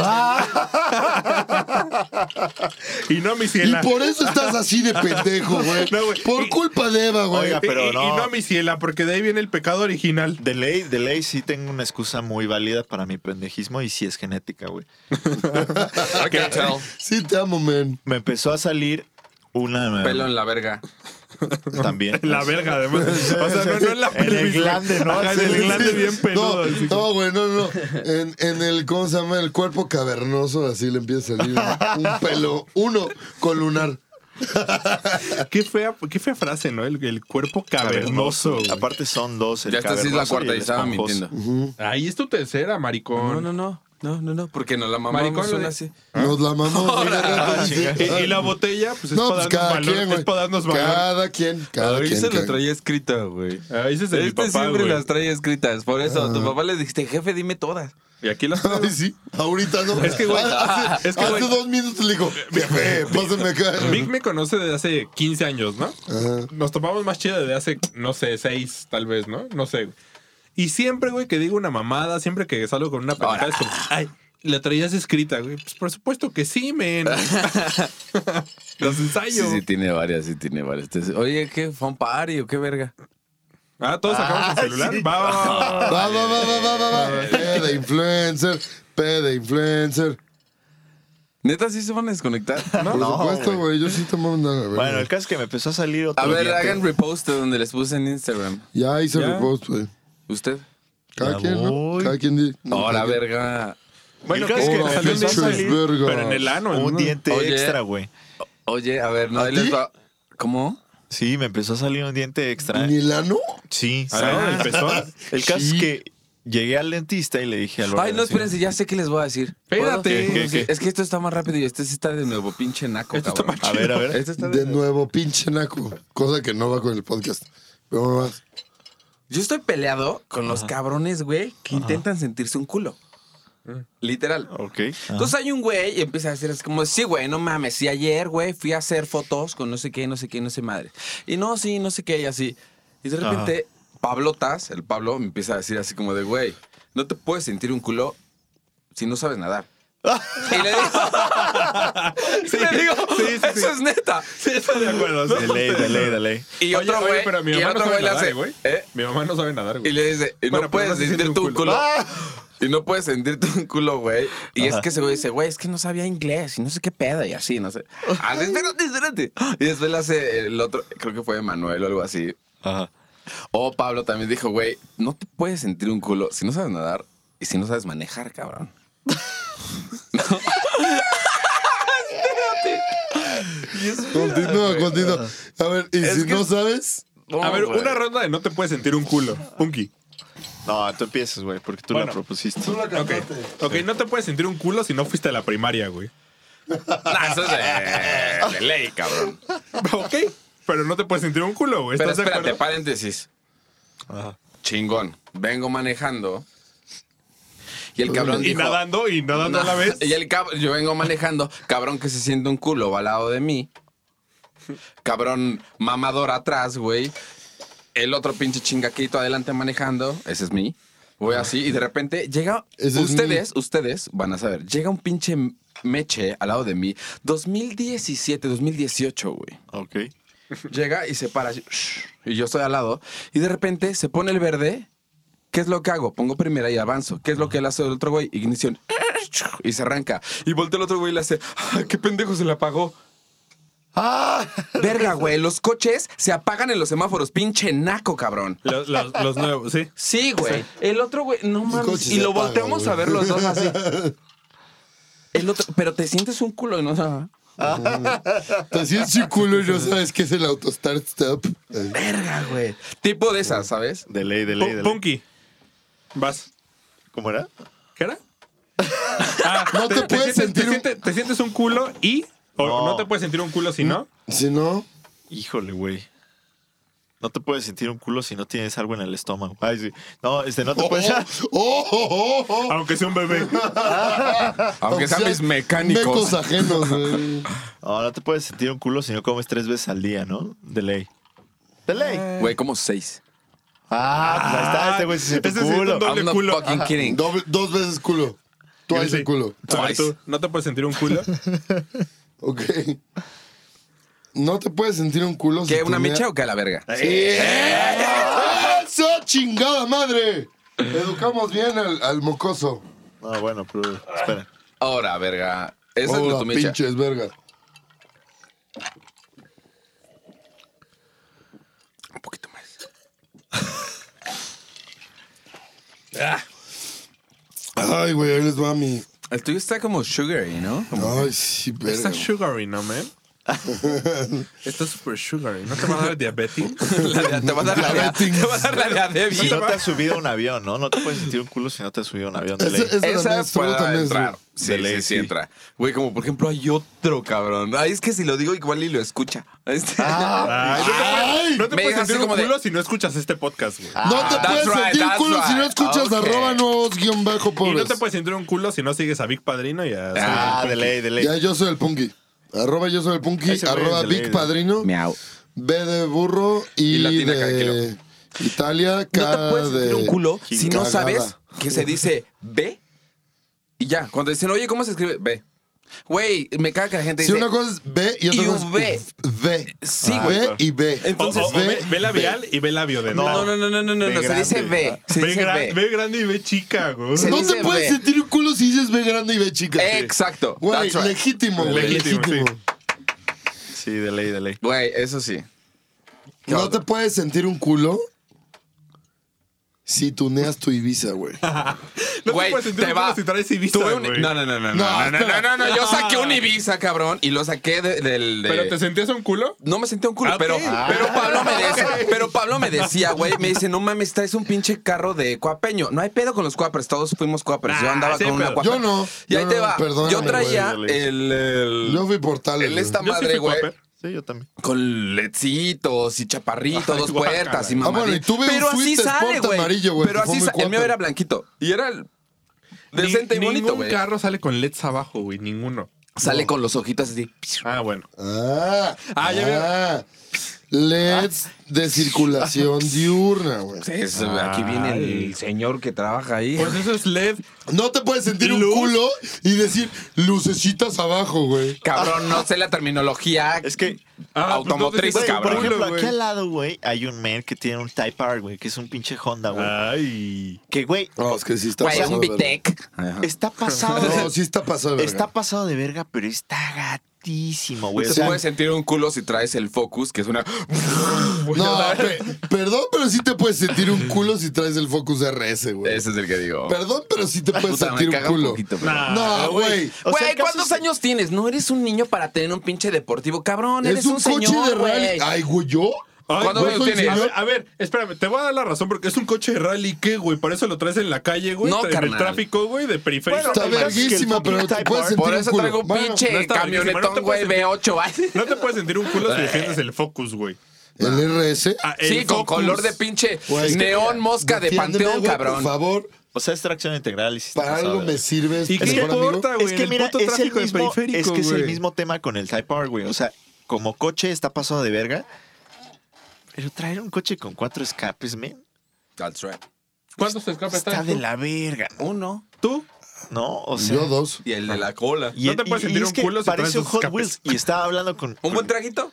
y no mi
Y
ciela.
por eso estás así de pendejo, güey.
No, güey.
por
Y-
culpa de Eva, güey.
Oiga,
Y-
pero
y-
no.
y no mi ciela, porque de ahí viene el pecado original.
De ley, de ley sí tengo una excusa muy válida para mi pendejismo y sí es genética, güey.
I can tell.
Sí, te amo, man.
Me empezó a salir una...
Pelo en la verga.
También.
En la verga, además. O sea, no, no en la
En el
pelvis, güey.
glande, ¿no?
Ajá, en
Sí,
el
sí,
glande
Sí,
bien peludo.
No,
así.
no, güey, no, no. En, en el, ¿cómo se llama? El cuerpo cavernoso, así le empieza a salir un, un pelo, uno con lunar.
Qué, fea, qué fea frase, ¿no? El, el cuerpo cavernoso. güey.
Aparte son dos. el
Ya esta sí es la
cavernoso
cuarta
el
y estaba
esponjoso.
mintiendo.
Ahí es tu tercera, maricón.
No, no, no. No, no, no. Porque no la mamamos
Maricón, lo
una
de-
así.
Nos la mamamos.
Ah,
Sí.
chinga.
Y, y la botella, pues es
No,
para
pues
darnos
cada
valor.
quien,
es
güey.
para darnos valor.
Cada quien, cada
Ahorita
quien.
se lo
cada-
traía escrita, güey.
Ah, ese es de mi
Este
papá,
siempre
güey.
las trae escritas. Por eso, a tu papá le dijiste, jefe, dime todas.
Y aquí las
Ay, sí, ahorita no. Ah,
Es que, güey,
hace,
es que,
hace
güey.
dos minutos le digo, jefe, pásame acá.
Vic me conoce desde hace 15 años, ¿no?
Ajá.
Nos topamos más chido desde hace, no sé, 6 tal vez, ¿no? No sé. güey. Y siempre, güey, que digo una mamada, siempre que salgo con una pendejada, es como, ay, la traías escrita, güey. Pues por supuesto que sí, men. Los ensayos.
tiene varias, sí tiene varias. Entonces, Oye, ¿qué? ¿Fue un party o qué verga?
Ah, todos sacamos el celular. Va, va, va, va.
Va, va, va, va, va, va, va. P de influencer, P de influencer.
¿Neta sí se van a desconectar?
Por
No,
supuesto, güey, yo sí te mando una
Bueno, el caso es que me empezó a salir otro
A ver,
diente.
hagan repost de donde les puse en Instagram.
Ya hice
Ya.
repost, güey.
¿Usted?
Cada
Ya
quien, ¿no?
voy.
Cada quien di- no,
No, la
cada quien.
verga.
Bueno,
Bueno, el caso es que
que
Hola,
me
salió
empezó a
pinches
salir
vergas.
Pero en el ano, en
un
una-
diente
Oye.
extra, güey.
Oye, a ver, no,
¿A
ahí les
ti?
va. ¿Cómo?
Sí, me empezó a salir un diente
¿eh?
Ah. extra.
¿Ni el ano?
Sí.
A ver, en el pezón.
El caso
Sí.
es que llegué al dentista y le dije al
Ay, no,
ordenador,
espérense, ya sé qué les voy a decir.
Espérate.
¿Puedo?
¿Qué, qué, qué?
Es que esto está más rápido y este sí está de nuevo pinche naco,
Esto está
cabrón.
A ver, a ver.
Este está de
De nuevo, pinche naco. Cosa que no va con el podcast. Pero no más.
Yo estoy peleado con los cabrones, güey, que intentan sentirse un culo. Mm. Literal.
Ok.
Entonces hay un güey y empieza a decir, es como, sí, güey, no mames, sí, ayer, güey, fui a hacer fotos con no sé qué, no sé qué, no sé madre. Y no, sí, no sé qué, y así. Y de repente, Pablo Taz, el Pablo, me empieza a decir así como de, güey, no te puedes sentir un culo si no sabes nadar. y le digo, Sí, le digo,
sí, sí,
eso
sí.
es neta.
Sí, estoy de acuerdo. sí.
De ley, de ley, de ley.
Y
Oye,
otro
oye,
güey,
pero mi
y el
mamá no
otro
sabe
güey le hace,
nadar, güey.
¿eh?
Mi mamá no sabe nadar,
Y
güey.
le dice, y
Bueno, pero
no puedes
no se siente
sentir
un
tu
culo.
culo.
¡Ah!
Y no puedes sentirte un culo, güey. Y
Ajá.
es que ese güey dice, güey, es que no sabía inglés y no sé qué pedo y así, no sé. Ah, espérate, espérate. Y después le hace el otro, creo que fue Manuel o algo así.
Ajá.
O Pablo también dijo, güey, no te puedes sentir un culo si no sabes nadar y si no sabes manejar, cabrón.
Continúa, continúa. A ver, y
Es
si
que-
no sabes,
A ver,
güey.
una ronda de no te puedes sentir un culo. Punky.
No, tú empiezas, güey, porque tú
Bueno.
la propusiste.
Ok. Ok, no te puedes sentir un culo si no fuiste a la primaria, güey.
Nah, Ah, eso es de, de ley, cabrón.
Ok. Pero no te puedes sentir un culo, güey.
Pero
¿Estás de
espérate,
acuerdo?
paréntesis.
Ajá.
Chingón. Vengo manejando. Y el cabrón
Y
dijo,
nadando y nadando a la vez.
Y el cab- yo vengo manejando, cabrón que se siente un culo al lado de mí. Cabrón mamador atrás, güey. El otro pinche chingaquito adelante manejando, ese es mí. Voy así y de repente llega
Ese es
ustedes, ustedes van a saber, llega un pinche meche al lado de mí, 2017, 2018, güey.
Ok.
Llega y se para así, shh, y yo estoy al lado y de repente se pone el verde. ¿Qué es lo que hago? Pongo primera y avanzo. ¿Qué es lo que él hace el otro güey? Ignición. Y se arranca. Y voltea el otro güey y le hace, "Ah, qué pendejo se le apagó.
¡Ah!
Verga, güey, los coches se apagan en los semáforos, pinche naco, cabrón.
Los, los- los nuevos, sí.
Sí, güey. El otro güey, no mames.
coche
Y
se
lo
apaga,
volteamos
güey.
a ver los dos así. El otro, pero te sientes un culo y no sabes.
te sientes un culo y no sabes qué es el auto start stop. Eh,
Verga, güey. Tipo de esas, ¿sabes?
De ley, de ley,
Pu-
de ley.
Punky. Vas.
¿Cómo era?
¿Qué era? Ah,
No te puedes
sientes- te
sentir un-
sientes- te sientes un culo y. O
No.
no. te puedes sentir un culo si no.
Si no,
Híjole, güey. No te puedes sentir un culo si no tienes algo en el estómago. Ay, sí. No, este,
Ah,
no te
pues
puedes.
¡Oh, oh, oh, oh!
Aunque sea un bebé.
Aunque sean mis mecánicos.
Mecos ajenos, güey.
No, no te puedes sentir un culo si no comes tres veces al día, ¿no? De ley. De ley.
Güey, como seis.
Ah, pues ahí está, este güey se siente
ese
un
sí es
culo.
un doble
I'm not
culo.
fucking kidding.
Doble- dos veces culo. Twice el culo.
A ver, tú,
Twice.
no te puedes sentir un culo.
Ok. No te puedes sentir un culo
¿Qué?
si
¿Una
tu
mecha
mea-
o qué a la verga?
¡Eso, chingada madre! Educamos bien al, al mocoso.
No, Ah, bueno, pero espera.
Ahora, verga. Esa es
Hola,
tu mecha.
pinches verga.
Un poquito más.
Ay, güey, ahí les va mi...
El tuyo está como sugary, ¿no?
Ay, sí, verga.
Está
güey.
sugary, ¿no, man? Está super sugary. ¿No te va a dar diabetes?
La de- te va a dar la de-
Diabetes.
te va a dar la de
Si
Adebis.
no te has subido a un avión, ¿no? No te puedes sentir un culo si no te has subido a un avión. De
Ese-
ley.
ese también
Esa
es-
puede
también es-
entrar. Sí,
de ley,
sí, sí
sí.
entra. Güey, como por ejemplo hay otro, cabrón. Ay, es que si lo digo igual y lo escucha. Este-
Ah.
Ay, no te puedes- no te
Me
puedes
deja así
sentir un
como de-
culo si no escuchas este podcast, güey.
No te
Ah,
puedes
that's right,
sentir
that's
culo si no
right.
escuchas
Ok.
arroba nuevos guión bajo
Y no
pues.
pobres.
te puedes sentir un culo si no sigues a Big Padrino y a...
Ah, de ley, de ley.
Ya, yo soy el punky. Arroba yo soy el punky,
Ese güey
arroba
es de ley,
Big
¿no?
Padrino,
Miau.
B de burro y,
Y latina cada
de Italia,
No
K
te puedes sentir
de
un culo si no
cagada.
sabes que se dice B y ya. Cuando dicen, oye, ¿cómo se escribe? B. Güey, me caga que la gente
Si
dice.
una cosa es B y otra
Y
cosa
un
es V.
Sí,
Ah,
güey.
B y B.
O-
Entonces,
o- o ve, ve labial y ve labio de
No, no, no, no, no, no,
B
no, se
grande.
dice B. Se
Ve,
dice
gran-
B.
ve grande y ve chica, güey.
Se-
No
dice
te puedes
B.
sentir un culo si dices B grande y B chica.
Exacto.
Güey,
That's right.
legítimo, güey.
Legítimo,
Legítimo.
sí.
Sí, de ley, de ley.
Güey, eso sí.
No te puedes sentir un culo si tuneas tu Ibiza, güey.
No
Güey,
te puedes sentir
te
un culo
va.
si traes Ibiza,
Tuve un-
güey.
No, no, no, no, no,
No,
Ah.
no, no, no, no, no, Yo saqué un Ibiza, cabrón, y lo saqué de- del... de-
¿Pero te sentías un culo?
No me senté un culo,
Ah,
pero,
ok. Ah.
pero Pablo me decía, pero Pablo me decía, güey, me dice, no mames, traes un pinche carro de cuapeño. No hay pedo con los cuapers, todos fuimos cuapers. yo
Ah,
andaba
sí,
con una
pero-
cuaper.
Yo no,
Y
yo
ahí te
no,
va.
perdóname,
yo traía
güey, de
el, el-
Yo fui portal.
el esta
Yo sí
madre,
fui ¿eh?
güey,
cuaper.
Sí, yo también.
con ledcitos y chaparritos,
Ay,
dos
guácala.
puertas y
Ah,
mamá.
bueno, y tuve un
pero así
Sweet
sale,
Sport
güey.
amarillo, güey,
Pero
que fue
así
muy
sa- el mío
cuaper.
era blanquito y era el- decente y
Ni-
bonito,
Ningún
güey.
carro sale con LEDs abajo, güey. Ninguno.
Sale con los ojitos así.
Ah, bueno.
Ah,
Ah, ya veo.
ah. LEDs de circulación diurna, güey.
Es- aquí viene el señor que trabaja ahí.
Pues eso es LED.
No te puedes sentir un
Luz.
culo y decir lucecitas abajo, güey.
Cabrón, no sé la terminología.
Es que,
Ah,
Automotriz,
pues no te sientas
por
cabrón.
culo,
ejemplo, aquí
güey.
al lado, güey, hay un men que tiene un Type R, güey, que es un pinche Honda, güey.
Ay.
Que, güey,
No, es que sí está
Güey,
pasado.
un
de verga.
Bitec.
está pasado de...
No, sí está pasado. de verga.
Está pasado de verga, pero está gatísimo, güey.
Te
O sea,
puedes Pues sentir un culo si traes el Focus, que es una.
No, pe- perdón, pero sí te puedes sentir un culo si traes el Focus RS, güey.
Ese es el que digo.
Perdón, pero sí te puedes
Puta, me
sentir un
caga
culo.
poquito, pero-
Nah.
No, güey.
o sea,
Güey,
el caso
¿cuántos
es-
años tienes? No eres un niño para tener un pinche deportivo. Cabrón, eres
Es un,
un,
coche
señor,
de rally.
güey.
Ay, güey, yo.
Ay,
¿Cuántos
¿no
años
soy
tienes?
A
señor?
ver, a ver, espérame, te voy a dar la razón porque es un coche de rally, ¿qué, güey? Para eso lo traes en la calle, güey.
No,
en el
carnal.
tráfico, güey, de periferia.
Bueno,
Está
el caso es que el
verguísima,
fucking
pero te
Type
puedes
R-
sentir
Por
un
eso
culo.
traigo un
Bueno,
pinche
no está
camionetón,
verguísima, no
güey,
te puedes
B8, güey.
No te puedes sentir un culo si defiendes el Focus, güey.
¿El RS?
Ah, el
Sí, con
Focus.
color de pinche
Güey,
neón mosca de
defiéndeme,
panteón,
güey,
cabrón.
Por favor,
O sea, es tracción integral. Y sí está
para
pasado
algo
de
me
verga.
sirves.
¿Y qué
mejor amigo.
importa, güey?
Es que
el
mira,
puto
es el
tráfico de
mismo,
periférico,
es que es el
güey.
mismo tema con el Type R, güey. O sea, como coche está pasado de verga. Pero traer un coche con cuatro escapes, men,
That's right.
¿Cuántos escapes
está
traes
de
tú?
la verga,
Uno.
¿Tú?
¿no? O sea,
Yo dos.
Y el de la cola.
y-
No te puedes
y- y
sentir
es
un
que
culo si
Parece
traes
un
dos
Hot
escapes.
Wheels y estaba hablando con. Ah,
¿Un buen traguito?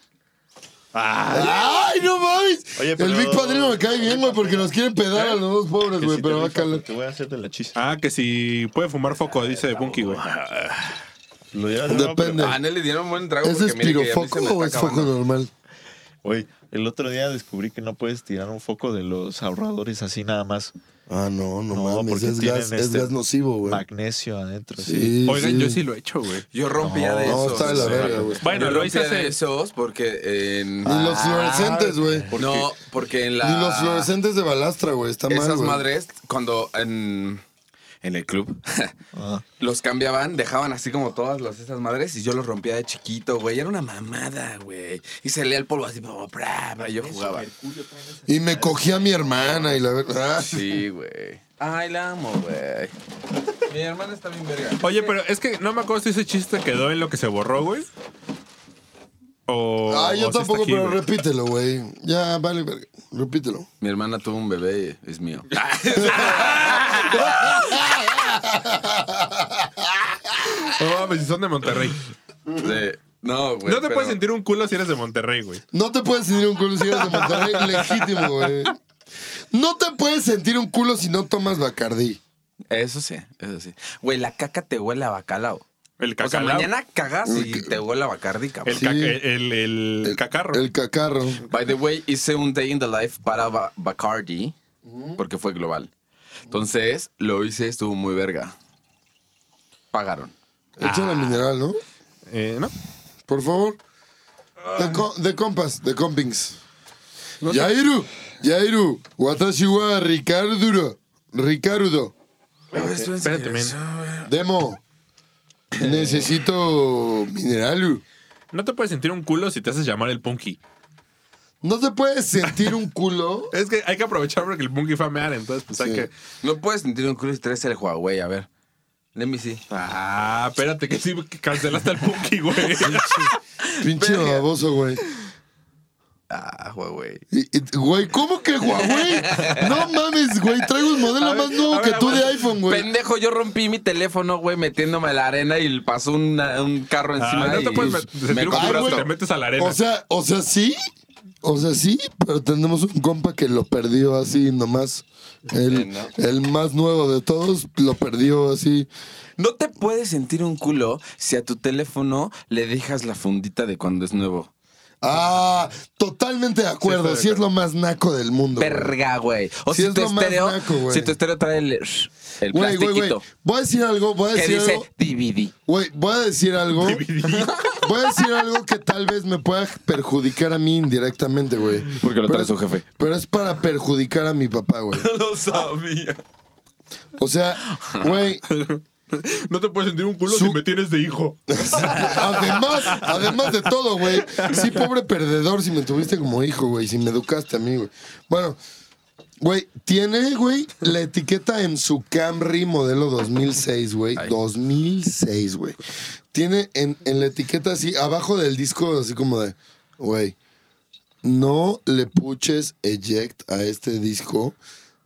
Ah, ¡Ay, no mames!
Oye, pero-
El Big Padrino me cae bien, güey, porque nos quieren pedar a los dos pobres, güey, pero va a calar.
Te voy a hacer de la chisa.
Ah, que si puede fumar foco, dice Bunky, güey.
Depende.
A Nel Ah, le dieron un buen trago
¿Ese
porque
es
mire que a mí
pirofoco
se me
o
está
es foco
acabando.
normal?
Oye, el otro día descubrí que no puedes tirar un foco de los ahorradores así nada más.
Ah, no, no,
No,
mames.
porque
Es
tienen
gas, es
este
gas nocivo, güey.
Magnesio adentro.
Sí,
Oigan,
sí.
yo sí lo he hecho, güey.
Yo rompía de
No,
esos.
está de la verga, güey.
Bueno,
Yo
lo hice
rompía de
hace-
esos porque en.
Ni los fluorescentes, güey.
no, porque en la.
Ni los fluorescentes de balastra, güey. Está mal,
Ah. Esas
güey.
madres, cuando en, en el club
Ah.
los cambiaban, dejaban así como todas las, esas madres y yo los rompía de chiquito, güey. Era una mamada, güey. Y se leía el polvo así, bra, bra, bra, y yo jugaba.
Y me cogí a mi hermana y la ah. verdad.
Sí, güey. Ay, la amo, güey. Mi hermana está bien verga.
Oye, pero es que no me acuerdo si ese chiste quedó en lo que se borró, güey. O.
Ah,
o si
yo
Oh, está
tampoco,
aquí,
pero
güey.
repítelo, güey. Ya, vale, verga. Repítelo.
Mi hermana tuvo un bebé y es mío. Ah,
No mames, si son de Monterrey.
De- no, güey.
no te
pero-
puedes sentir un culo si eres de Monterrey, güey.
No te puedes sentir un culo si eres de Monterrey, legítimo, güey. No te puedes sentir un culo si no tomas Bacardí.
Eso sí, eso sí. Güey, la caca te huele a bacalao.
El
O sea,
cacalao.
mañana cagas y te huele a bacardi, cabrón.
el,
Sí.
caca- el, el cacarro.
El cacarro.
By the way, hice un day in the life para Ba- Bacardi porque fue global. Entonces, lo hice, estuvo muy verga. Pagaron.
Ah.
Échale mineral, ¿no?
Eh, ¿No?
Por favor.
Ah.
De, co- de compas, de compings. Yairu, Yairu, watashi wa Ricardo. Ricardo,
Espérate, men.
demo. Necesito mineral.
No te puedes sentir un culo si te haces llamar el Punky.
No te puedes sentir un culo.
Es que hay que aprovechar porque el Punky fue a mear, entonces pues hay
Sí.
que.
No puedes sentir un Cruise 3 el Huawei, a ver. Let me see.
Ah, espérate, que sí que cancelaste al Punky, güey.
Pinche baboso, güey.
Ah, Huawei.
Y- y- Güey, ¿cómo que Huawei? No mames, güey. Traigo un modelo
A ver,
más nuevo
a ver,
que tú de
aguanta.
iPhone, güey.
Pendejo, yo rompí mi teléfono, güey, metiéndome a la arena y pasó una- un carro encima.
Ah, no te
y
puedes met- sentir un
Ay,
culo
güey.
si te metes a la arena.
O sea, o sea, sí. O sea, sí, pero tenemos un compa que lo perdió así nomás. El,
Eh, no.
el más nuevo de todos lo perdió así.
No te puedes sentir un culo si a tu teléfono le dejas la fundita de cuando es nuevo.
Ah, totalmente de acuerdo.
estoy de
Sí, es lo más naco del mundo. güey.
Verga, güey. O
Sí,
si
es
tu
lo más
estéreo,
naco, güey.
si tu estéreo trae el, el
Güey,
plastiquito.
güey, güey. Voy a decir algo, voy a
que
decir
dice
algo.
DVD.
Güey, voy a decir algo. Voy a decir algo que tal vez me pueda perjudicar a mí indirectamente, güey.
Porque lo
Pero
trae
es-
su jefe.
Pero es para perjudicar a mi papá, güey.
Lo sabía.
O sea, güey,
No te puedes sentir un culo
Su-
si me tienes de hijo.
además, además de todo, güey. Sí, pobre perdedor, si me tuviste como hijo, güey, si me educaste a mí, güey. Bueno, güey, tiene, güey, la etiqueta en su Camry modelo 2006, güey. 2006, güey. Tiene en, en la etiqueta así, abajo del disco, así como de, güey, no le puches eject a este disco.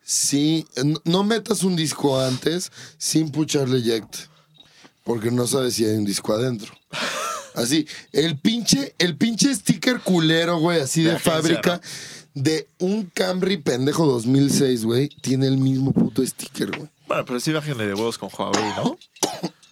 Si, n- no metas un disco antes sin pucharle eject. Porque no sabes si hay un disco adentro. Así, el pinche, el pinche sticker culero, güey, así de,
agencia,
fábrica, de un Camry pendejo 2006, güey, tiene el mismo puto sticker, güey.
Bueno, pero sí bájenle de huevos con Huawei, ¿no?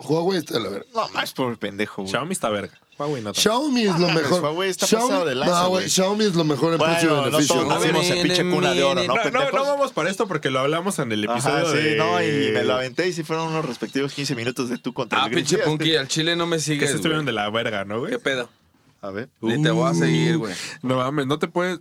Huawei está a la verga.
No, más por pendejo, güey.
Xiaomi está verga. Huawei no tanto.
Xiaomi es lo
mames,
mejor.
Ah, Huawei está
Xiaomi,
pasado de lanza,
no, güey,
güey.
Xiaomi es lo mejor en
Bueno, no
precio-beneficio.
todos
güey.
nacimos en pinche cuna de oro, ¿no,
No, no,
pendejos?
no vamos para esto porque lo hablamos en el episodio
Ajá, sí,
de...
no, y me lo aventé y si fueron unos respectivos 15 minutos de tú contra
Ah,
el Grinch.
pinche Punky, al chile no me
Que
sigues.
se estuvieron
güey.
de la verga, ¿no, güey?
¿Qué pedo?
este, A ver.
Ni te
Uh.
voy a seguir, güey.
No mames, no te puedes...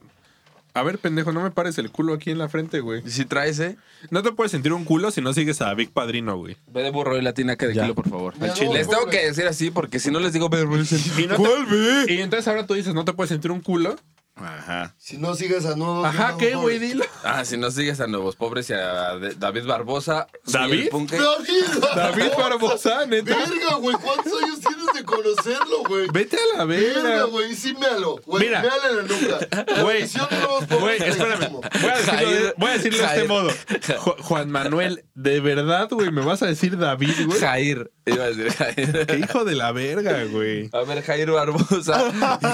A ver, pendejo, no me pares el culo aquí en la frente, güey.
Y Si traes, ¿eh?
No te puedes sentir un culo si no sigues a Big Padrino, güey.
Ve de burro y latina que de kilo, por favor.
Al chile.
Les tengo que decir así porque si no les digo ve de burro y
Y, no
latina.
te- y entonces ahora tú dices, no te puedes sentir un culo.
Ajá.
Si no sigues a nudos.
Ajá,
no,
¿qué,
no,
güey? Dilo.
Ah, si no sigues a Nuevos Pobres y a de- David Barbosa. soy
¿David?
el Punky.
No, digo.
David Barbosa, neta.
Verga, güey, ¿cuántos años tienes de conocerlo, güey?
Vete a la
Verga,
verga.
güey, sí méalo, güey,
Mira.
méalo en la nuca. La
Güey.
visión de los pobres
Güey,
es
espérame.
como-
Voy a decirlo, de,
Jair-
voy a decirlo de este
Jair.
modo. Ju- Juan Manuel, de verdad, güey, me vas a decir David, güey.
Jair. Iba a decir Jair.
Qué hijo de la verga, güey.
A ver, Jair Barbosa.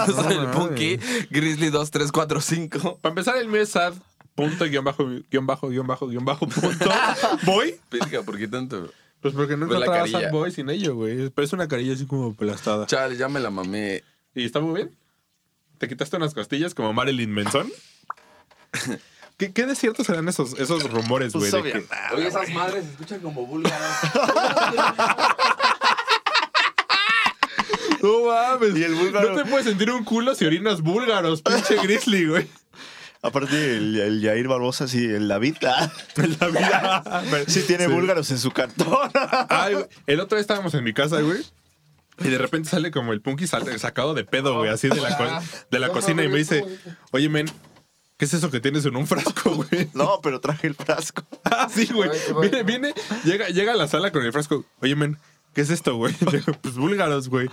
Yo soy el
mames.
Punky. Grizzly 2345.
Para empezar, el mío es sad. Punto, guión bajo, guión bajo, guión bajo, guión bajo, punto. ¿Voy?
Pirga, ¿por qué tanto?
Pues porque no
Pues la
encontraba
carilla.
sad boy sin ello, güey. Pero es una carilla así como aplastada.
Chale, ya me la mamé.
¿Y está muy bien? ¿Te quitaste unas costillas como Marilyn Manson? ¿Qué, qué de cierto serán esos, esos rumores, güey?
Pues
de
obvio,
que-
nada,
Oye, esas madres se escuchan como búlgaras.
No mames.
Y el búlgaro.
No te puedes sentir un culo si orinas búlgaros, pinche grizzly, güey.
Aparte, el, el Jair Barbosa, sí, el David, ah,
La vida.
sí tiene búlgaros en su cantón.
Ay, güey, el otro día estábamos en mi casa, güey. Y de repente sale como el punky sale- sacado de pedo, güey, así de
Ah.
la, co- de la cocina y me dice, oye, men, ¿qué es eso que tienes en un frasco, güey?
No, pero traje el frasco.
Ah, sí, güey. Viene, viene, llega, llega a la sala con el frasco. Oye, men, ¿qué es esto, güey? Le digo, Pues búlgaros, güey.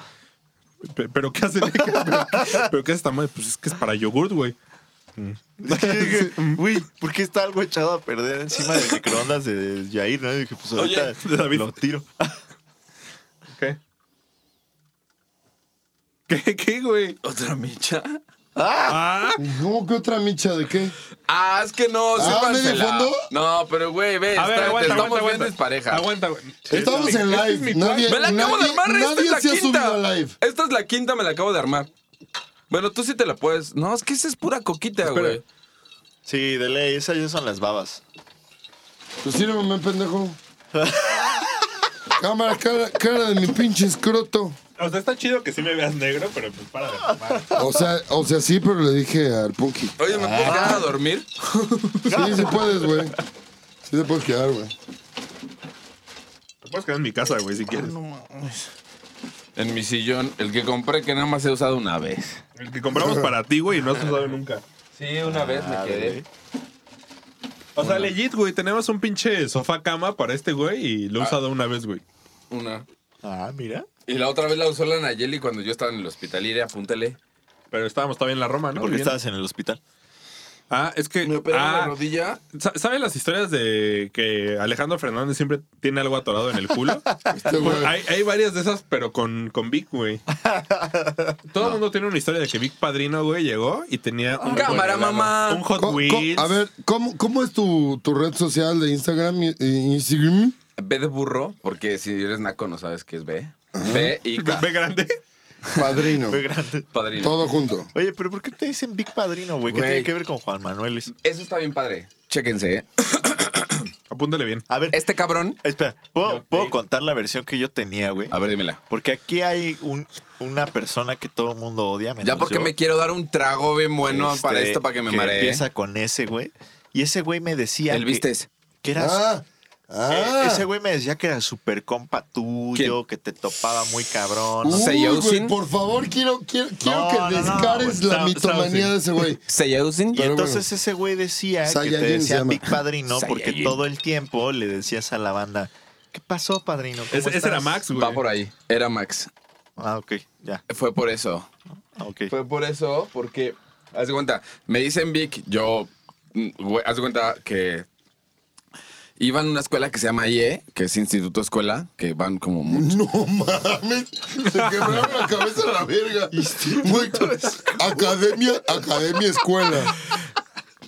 "Pe- ¿Pero qué hace? ¿Pero, pero qué hace esta madre? Pues es que es para yogurt, güey.
Dije, Uy, ¿por qué está algo echado a perder encima del microondas de Jair? ¿no? Y dije, pues
Oye,
ahorita
David.
lo tiro.
¿Qué? ¿Qué, qué, güey?
¿Otra micha?
Ah,
¿Cómo que otra micha de qué?
Ah, es que no, sí,
Ah, ¿medio
Marcela.
fondo?
No, pero güey, ve,
a
está-
ver,
te
aguanta,
estamos
aguanta,
viendo
aguanta.
pareja.
Aguanta, güey.
Estamos en
Este es
live.
mi plan.
Nadie-
Me la acabo de
Nadie-
armar, esta
nadie
es la
se ha
quinta.
subido a live.
Esta es la quinta, me la acabo de armar. Bueno, tú sí te la puedes. No, es que esa es pura coquita,
Espera.
güey.
Sí, de ley, esas ya son las babas.
Pues sírveme, pendejo. Cámara, cara, cara de mi pinche escroto.
O sea, está chido que sí me veas negro, pero pues para de fumar.
O sea, o sea, sí, pero le dije al Punky.
Oye, ¿me
Ah.
puedo quedar a dormir?
Sí, sí puedes, güey. Sí te puedes quedar, güey.
Te puedes quedar en mi casa,
Ah,
güey, si quieres.
En mi sillón, el que compré que nada más he usado una vez.
El que compramos para ti, güey, y no has usado nunca.
Sí, una vez
Ah,
me quedé.
O sea, legit, güey, tenemos un pinche sofá cama para este güey y lo he usado una vez, güey.
Una.
Ah, mira.
Y la otra vez la usó la Nayeli cuando yo estaba en el hospital. Iré, apúntale.
Pero estábamos todavía en la Roma, ¿no?
Porque
Viviendo.
estabas en el hospital.
Ah, es que.
Me operé en la
Ah,
rodilla.
sa- ¿Sabes las historias de que Alejandro Fernández siempre tiene algo atorado en el culo?
Este güey.
Pues hay, hay varias de esas, pero con, con Vic, güey. Todo el mundo tiene una historia de que Vic Padrino, güey, llegó y tenía un,
Cámara, mamá.
un Hot
Co- co-
Wheels.
a ver, ¿cómo, cómo es tu, tu red social de Instagram? y- y- Instagram?
B de burro, porque si eres naco no sabes qué es B. B y K.
Ve grande.
Padrino.
Fue grande.
Padrino.
Todo junto.
Oye, pero ¿por qué te dicen Big Padrino, güey? ¿Qué
Güey.
tiene que ver con Juan Manuel? eso?
Eso está bien padre. Chéquense, ¿eh?
Apúntale bien.
A ver,
Este cabrón.
espera, ¿puedo, puedo contar la versión que yo tenía, güey?
A ver, dímela.
Porque aquí hay un, una persona que todo el mundo odia. menos
Ya porque
yo,
me quiero dar un trago bien bueno
este,
para esto, para que me maree.
Empieza con ese, güey. Y ese güey me decía.
El
que-
vistes.
Que era
Ah, ah.
Eh, ese güey me decía que era súper compa tuyo, que te topaba muy cabrón.
Uy,
¿no?
Se
güey,
Yosin.
por favor, quiero, quiero, quiero
no,
que
no,
descares
güey.
la
Sa-
mitomanía
Sausin.
de ese güey.
Seyausin.
Y
Pero
entonces
bueno.
ese güey decía que
Saiyajin
te
se
decía
llama.
Big Padrino porque
Saiyajin.
todo el tiempo le decías a la banda, ¿qué pasó, padrino? ¿Cómo
Ese, ese
estás?"
era Max, güey.
Va por ahí. Era Max.
Ah, ok, ya,
Fue por eso.
ah, ok.
Pues, Fue por eso, porque Haz de cuenta, me dicen Vic, yo, mm, güey, haz de cuenta que iba a una escuela que se llama IE, que es Instituto Escuela, que van como muchos.
No mames, se quebraron la cabeza a la verga. Muy- academia, academia, escuela.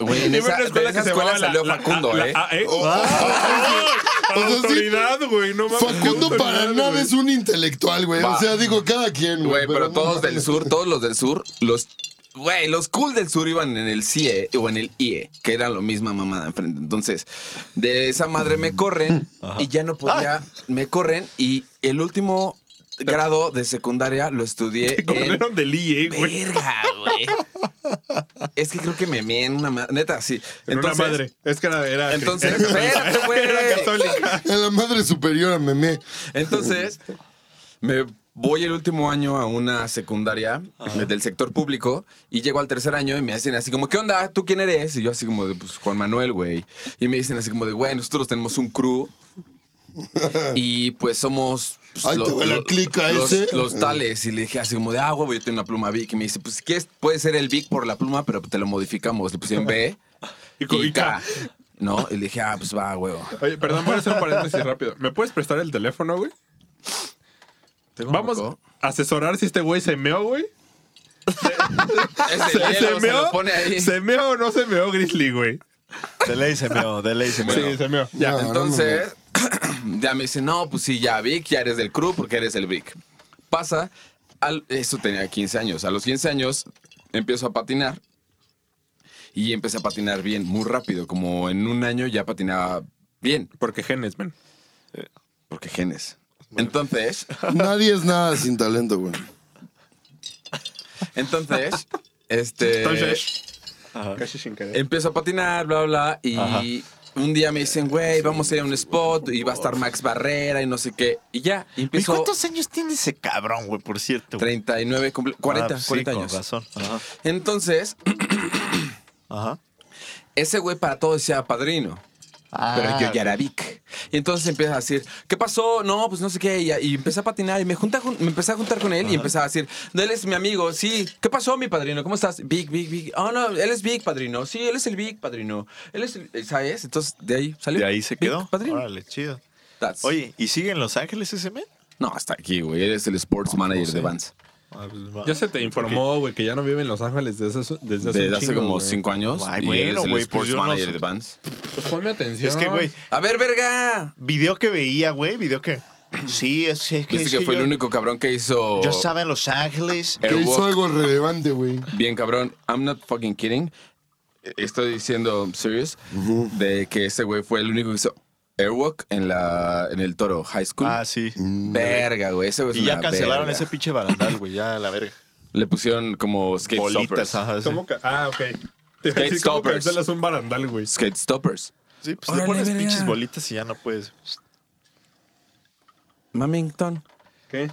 Güey, en
Iba
esa,
a una escuela
de esa
que se
escuela
llamaba la-
salió
la-
Facundo,
la-
¿eh?
la- ¿eh?
Oh.
Ah,
O sea, sí.
autoridad, güey, no mames. qué
Facundo
autoridad,
para nada
güey.
es un intelectual, güey. O
Va.
sea, digo, cada quien, güey.
Güey, pero
no
todos del
mames.
sur, todos los del sur, los. Güey, los cool del sur iban en el CIE o en el IE, que era lo misma mamada enfrente. Entonces, de esa madre me corren y ya no
Ah.
podía. Me corren y el último grado de secundaria lo estudié en.
Corrieron del IE, güey.
Verga, güey. Es que creo que me mié en una ma- Neta, sí.
En una
Entonces,
madre. Es que era. era
Entonces,
era católica.
espérate, güey.
Era católica.
En la madre superior a Memé.
Entonces, me voy el último año a una secundaria del sector público y llego al tercer año y me hacen así como, ¿qué onda? ¿Tú quién eres? Y yo así como de, pues, Juan Manuel, güey. Y me dicen así como de, güey, nosotros tenemos un crew y pues somos... pues,
Ahí te va la clica
los-
ese.
los tales y le dije así como de ah huevo yo tengo una pluma Vic y me dice pues qué es? puede ser el Vic por la pluma pero te lo modificamos le pusieron B
Y co-
y
y ca.
K no y le dije ah pues va huevo
Oye, perdón, voy a hacer un paréntesis rápido. ¿Me puedes prestar el teléfono, güey? Vamos a asesorar si este güey se meó, güey.
Ese
¿Se,
hielo
se
se
meó?
lo pone ahí.
¿Se meó o no se meó Grizzly, güey?
De ley se meó, de ley se meó.
Sí, se meó.
Ah,
Ya.
No, no
Entonces, ya me dice, no, pues sí, ya Vic, ya eres del crew porque eres el Vic. Pasa, al, eso tenía 15 años. A los 15 años empiezo a patinar y empecé a patinar bien, muy rápido. Como en un año ya patinaba bien,
Porque genes, man.
porque genes. Entonces,
Nadie es nada sin talento, güey.
entonces, este...
Entonces,
Ajá.
casi sin querer.
Empiezo a patinar, bla, bla, y
Ajá.
un día me dicen, güey, vamos a ir a un spot y va a estar Max Barrera y no sé qué. Y ya, y
¿Y
empiezo...
cuántos años tiene ese cabrón, güey, por cierto? güey?
39, cumple- 40,
Ah, pues sí,
40
con
años.
razón. Ajá.
Entonces,
Ajá.
ese güey para todo decía padrino.
Ah,
Pero yo ya era Vic. Y entonces empieza a decir, ¿qué pasó? No, pues no sé qué. Y, y empecé a patinar y me, junta, jun- me empecé a juntar con él y empecé a decir, él es mi amigo, sí. ¿Qué pasó, mi padrino? ¿Cómo estás? Vic, Vic, Vic. Oh, no, él es Vic, padrino. Sí, él es el Vic, padrino. Él es, el- eh, ¿sabes? Entonces, de ahí salió.
De ahí se
Vic,
quedó.
padrino.
Órale, chido.
That's-
Oye, ¿y sigue en Los Ángeles ese men?
No, hasta aquí, güey. Él es el sports manager
sé.
de Vans.
Ah, pues, va.
Ya se te informó, güey, que ya no vive en Los Ángeles desde hace, desde hace,
Desde
un
hace
chingo,
como
güey.
cinco años.
Ay,
y
bueno,
él es el
güey, pues
sports
yo no
manager
sé.
de Vans.
Pues ponme atención.
Es que, güey,
A ver, verga.
video que veía, güey, video que... Sí, es, es que...
Dice
es
que
que
fue
yo,
el único cabrón que hizo.
Yo estaba en Los Ángeles.
Que
Airwalk.
hizo algo relevante, güey.
Bien, cabrón. I'm not fucking kidding. Eh, Estoy diciendo serious de que ese güey fue el único que hizo Airwalk en la en el Toro High School.
Ah, sí.
verga, güey. Ese güey es
Y ya
una
cancelaron
verga.
ese pinche barandal, güey, ya la verga.
Le pusieron como skate
Bolitas,
stoppers.
ajá. sí.
¿Cómo ca- Ah, ok. Te iba a decir, ¿cómo
stoppers.
cancelas un barandal, güey?
Skate stoppers.
Sí, pues
Órale,
le pones
verga.
pinches bolitas y ya no puedes.
Mamington.
¿Qué?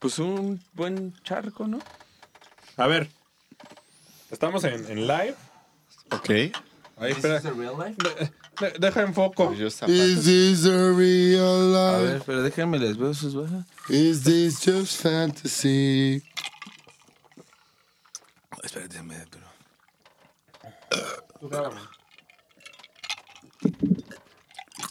Pues un buen charco, ¿no?
A ver. Estamos en, en live.
Ok.
Ahí, espera.
real life?
De- de- deja en foco.
Yo estaba-
Is this a real
A ver,
life?
pero déjenme les veo sus bajas.
Is this just fantasy?
Espérate, me duro.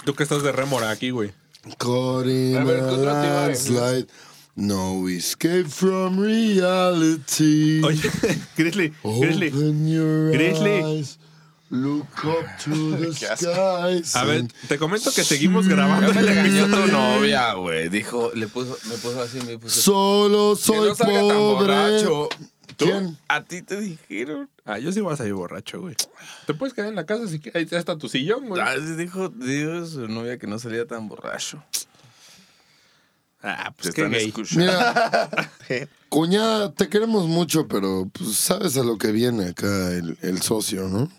Tú que estás de rémora aquí, güey.
Caught in
A ver,
a
¿qué otro te iba a decir?
landslide. No escape from reality.
Oye, Grizzly,
Oh,
Grizzly.
Open your
Grizzly.
eyes. Look up to the
Qué asco.
skies.
A ver,
and-
te comento que seguimos grabando
Mm, Me
el
regañó
episodio.
tu novia, güey. Dijo, le puso, me puso así, me puso.
Solo soy
que no salga tan borracho.
pobre.
¿Tú?
¿Quién?
A ti te dijeron.
Ah, yo sí voy a salir borracho, güey. Te puedes quedar en la casa si quieres. Ahí está tu sillón, güey.
Ah, sí dijo, dijo su novia que no salía tan borracho.
Ah,
Te
qué
están
gay.
escuchando.
Mira, cuñada, te queremos mucho, pero pues, sabes a lo que viene acá el, el socio, ¿no?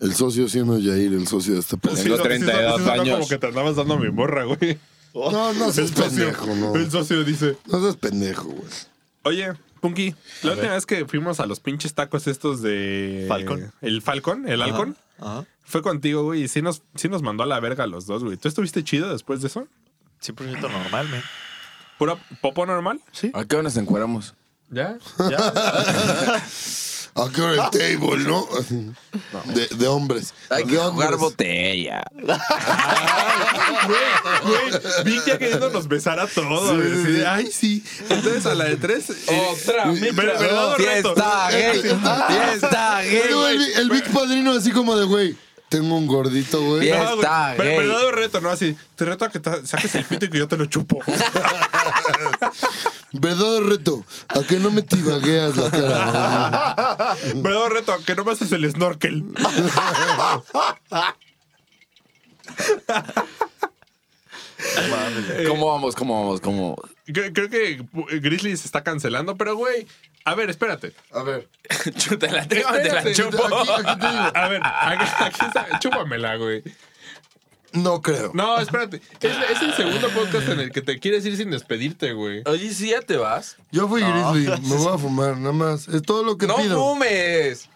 El socio siendo Yair, el socio de este podcast.
Pues Sí,
Tengo
no, sí,
32
sí, sí, no,
años.
Como que te andabas dando mi morra, güey.
No, no seas
El socio,
pendejo, no.
el socio dice,
No seas pendejo, güey.
oye, Punky, la última vez que fuimos a los pinches tacos estos de...
Falcon.
El Falcon, el
Ajá,
Halcon.
Ajá.
Fue contigo, güey, y sí nos, sí nos mandó a la verga a los dos, güey. ¿Tú estuviste chido después de eso?
100% normal, men.
¿Pura popo normal?
Sí.
¿A qué hora nos encueramos?
¿Ya?
Ya.
acá en el table, ¿no? De, de hombres.
Hay que
De
jugar
hombres.
botella.
Güey, vi ya queriéndonos besar a todos.
Sí, sí,
así de,
sí.
Ay, sí. Entonces a la de tres. eh,
Otra
ver- verdadero reto.
Fiesta gay. Fiesta
Pero
gay.
el, el Big Padrino así como de, güey, tengo un gordito, güey.
Bien.
No, güey,
Está
ver-
gay.
verdadero reto, ¿no? Así, te reto a que ta- saques el pito y que yo te lo chupo.
Verdadero reto, a que no me tibagueas la cara.
verdadero reto, que no me haces el snorkel.
¿Cómo vamos? ¿Cómo vamos? ¿Cómo?
Cre- Creo que eh, Grizzly se está cancelando, pero güey, a ver, espérate.
A ver.
Chútala, te la
Espérate,
chupo.
Aquí, aquí te digo.
A ver, aquí, aquí está, chúpamela, güey.
No creo.
No, espérate. Es, es el segundo podcast en el que te quieres ir sin despedirte, güey.
Oye, si ya te vas.
Yo fui Grizzly, me voy a fumar, nada más. Es todo lo que
No
pido.
fumes.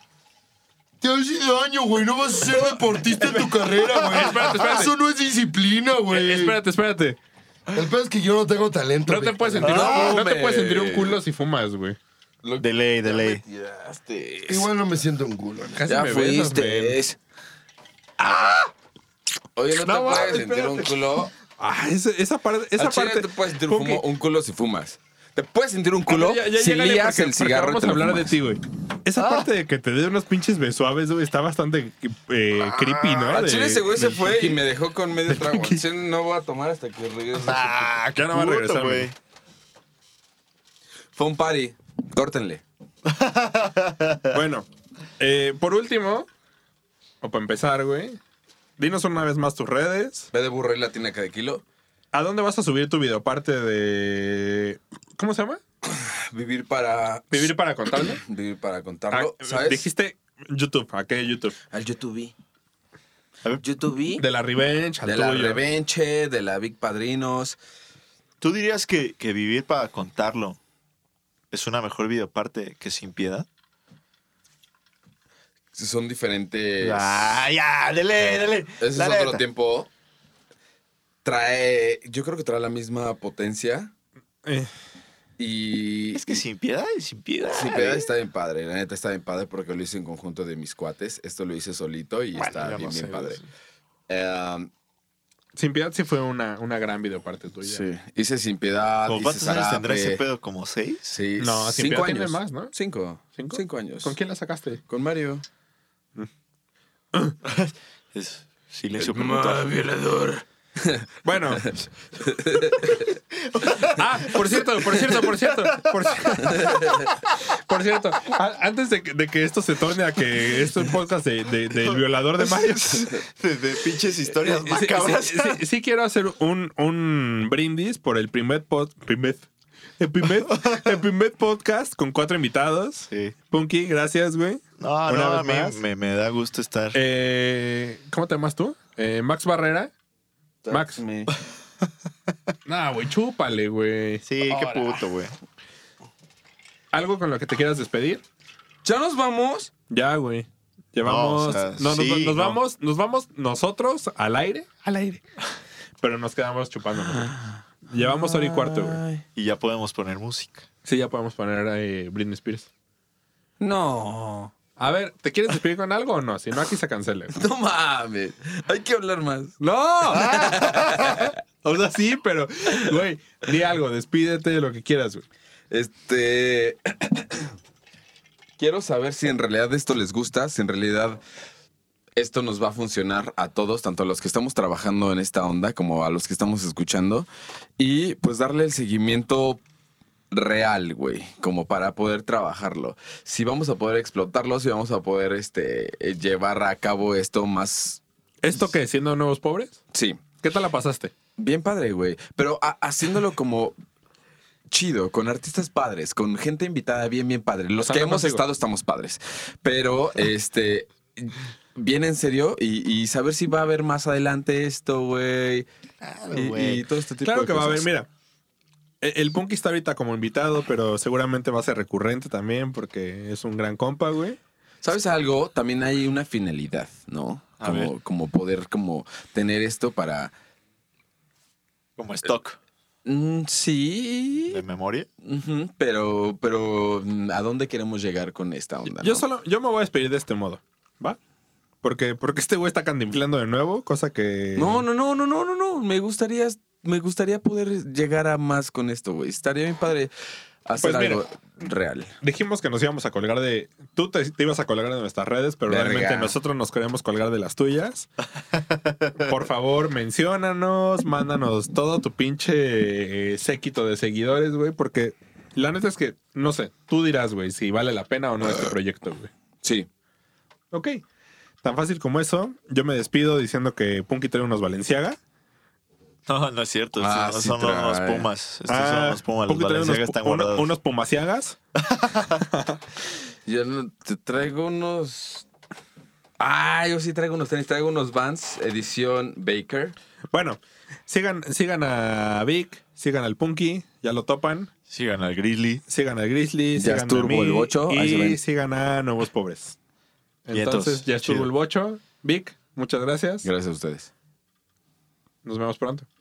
Te has sido daño, güey. No vas a ser deportista en tu carrera, güey.
Espérate, espérate.
Eso no es disciplina, güey.
Eh, espérate, espérate.
El peor es que yo no tengo talento.
No te
Víctor.
puedes sentir, un-
Ah,
no te
hombre.
puedes sentir un culo si fumas, güey.
De ley, de ley.
Tiraste.
Igual no me siento un culo.
Casi
este, Ya
me besas,
fuiste. Ah.
men.
Oye, no,
No,
te puedes
mames,
sentir un
espérate.
culo.
Ah, esa, esa parte. Esa
Al chile
parte
te puedes sentir
Ponky,
fumo- un culo si fumas. Te puedes sentir un culo
Ah, ya- ya
si
llégale
lías
porque-
el
porque
cigarro. y
Vamos
te
a Ah.
lo
hablar de
fumas.
ti, güey. Esa parte de que te dé unos pinches besuaves, güey, está bastante eh, creepy, ¿no?
Ah, Al
De-
chile ese güey se
del
fue y
Ponky.
me dejó con medio trago. Al chile no voy a tomar hasta que regrese.
Ah,
Ya no va a
puta,
regresar,
güey.
Fue un party. Córtenle.
Bueno, eh, por último, o para empezar, güey, dinos una vez más tus redes.
Ve de burro y latina cada kilo.
¿A dónde vas a subir tu videoparte de. ¿Cómo se llama?
Vivir para.
Vivir para contarlo.
Vivir para contarlo.
Ah,
¿Sabes?
Dijiste YouTube, ¿a qué YouTube?
Al YouTube.
A ver.
YouTube.
De la Revenge, al
De la
tuyo.
Revenche, de la Big Padrinos.
¿Tú dirías que, que vivir para contarlo es una mejor videoparte que sin piedad?
Son diferentes.
Ah, ya, dele, dele.
Ese es
La
otro
neta.
tiempo. Trae. Yo creo que trae la misma potencia.
Eh,
Y.
Es que sin piedad y sin piedad.
Sí, pero está bien padre, la neta está bien padre porque lo hice en conjunto de mis cuates. Esto lo hice solito y
Bueno,
está
yo
bien,
no
bien
sé,
padre.
güey.
Eh,
Sin piedad sí fue una, una gran videoparte tuya.
sí, hice sin piedad.
¿Cómo
hice
¿Cuántos años tendrá
zarape.
ese pedo? ¿Como seis?
Sí,
No, Sin
cinco
Piedad tiene
años.
más, ¿no?
Cinco.
¿Cinco?
años.
¿Con quién la sacaste?
Con Mario.
Es silencio
Más
preguntado.
violador.
Bueno. ah, por cierto, por cierto, por cierto. Por, ci- por cierto, a- antes de que, de que esto se torne a que esto es podcast de, de- del violador de Mario. sí-
De, de pinches historias
sí-
macabras.
sí- sí- sí quiero hacer un, un brindis por el primer pod, primer, el primer, el primer podcast con cuatro invitados.
Sí.
Punky, gracias, güey.
No,
Una
no,
vez
a mí
más.
me, me da gusto estar.
Eh, ¿Cómo te llamas tú? Eh, Max Barrera. Max. Nah, güey, chúpale, güey.
sí, qué puto, güey.
¿Algo con lo que te quieras despedir?
¿Ya nos vamos?
Ya, güey.
No,
Llevamos.
o sea,
No, nos-
sí,
nos,
no.
vamos, nos vamos nosotros al aire. Al aire. Pero nos quedamos chupándonos. güey. Llevamos hora y cuarto, güey.
Y ya podemos poner música.
Sí, ya podemos poner eh, Britney Spears.
No.
A ver, ¿te quieres despedir con algo o no? Si no, aquí se cancela. güey.
No mames. Hay que hablar más.
¡No! o sea, sí, pero, güey, di algo, despídete, lo que quieras, güey.
Este. Quiero saber si en realidad esto les gusta, si en realidad esto nos va a funcionar a todos, tanto a los que estamos trabajando en esta onda como a los que estamos escuchando. Y pues darle el seguimiento real, güey, como para poder trabajarlo. Si vamos a poder explotarlo, si vamos a poder este, eh, llevar a cabo esto más.
¿Esto qué? ¿Siendo nuevos pobres?
Sí,
¿Qué tal la pasaste?
Bien padre, güey. Pero ha- haciéndolo como chido, con artistas padres, con gente invitada, bien, bien padre. Los
Están
que hemos
contigo.
estado estamos padres. Pero, este, bien en serio y, y saber si va a haber más adelante esto, güey. Y-
güey.
y, todo este tipo
Claro
de
que va a haber,
cosas.
mira. e- El Punky está ahorita como invitado, pero seguramente va a ser recurrente también porque es un gran compa, güey.
¿Sabes algo? También hay una finalidad, ¿no?
A
Como, como poder como tener esto para...
Como stock.
Mm, sí.
de memoria.
Ujú, Pero, pero, mm, ¿a dónde queremos llegar con esta onda?
Yo
no?
solo, yo me voy a despedir de este modo, ¿va? Porque, porque este güey está cantinflando de nuevo, cosa que.
No, no, no, no, no, no, no. Me gustaría, me gustaría poder llegar a más con esto, güey. Estaría bien padre hacer
Pues mira.
algo real.
Dijimos que nos íbamos a colgar de. Tú te, te ibas a colgar de nuestras redes, pero
Verga.
realmente nosotros nos queremos colgar de las tuyas. Por favor, menciónanos, mándanos todo tu pinche eh, séquito de seguidores, güey, porque la neta es que, no sé, tú dirás, güey, si vale la pena o no este proyecto, güey.
Sí.
Ok. Tan fácil como eso, yo me despido diciendo que Punky trae unos Valenciaga.
No, no es cierto.
Ah,
estos
sí
son los
trae.
Pumas. Estos
Ah,
son los Pumas. Los
Punky trae unos
Balenciaga están
pu- uno-
guardados.
unos Pumaciagas.
Yo no- te traigo unos. Ah, yo sí traigo unos tenis, traigo unos Vans edición Baker.
Bueno, sigan, sigan a Vic, sigan al Punky, ya lo topan.
Sigan al Grizzly.
Sigan al Grizzly,
Ya
sigan a
estuvo
mí,
el bocho, ahí se
y
ven.
sigan a Nuevos Pobres.
Y entonces,
Entonces, ya estuvo
chido.
el bocho. Vic, muchas gracias.
Gracias a ustedes.
Nos vemos pronto.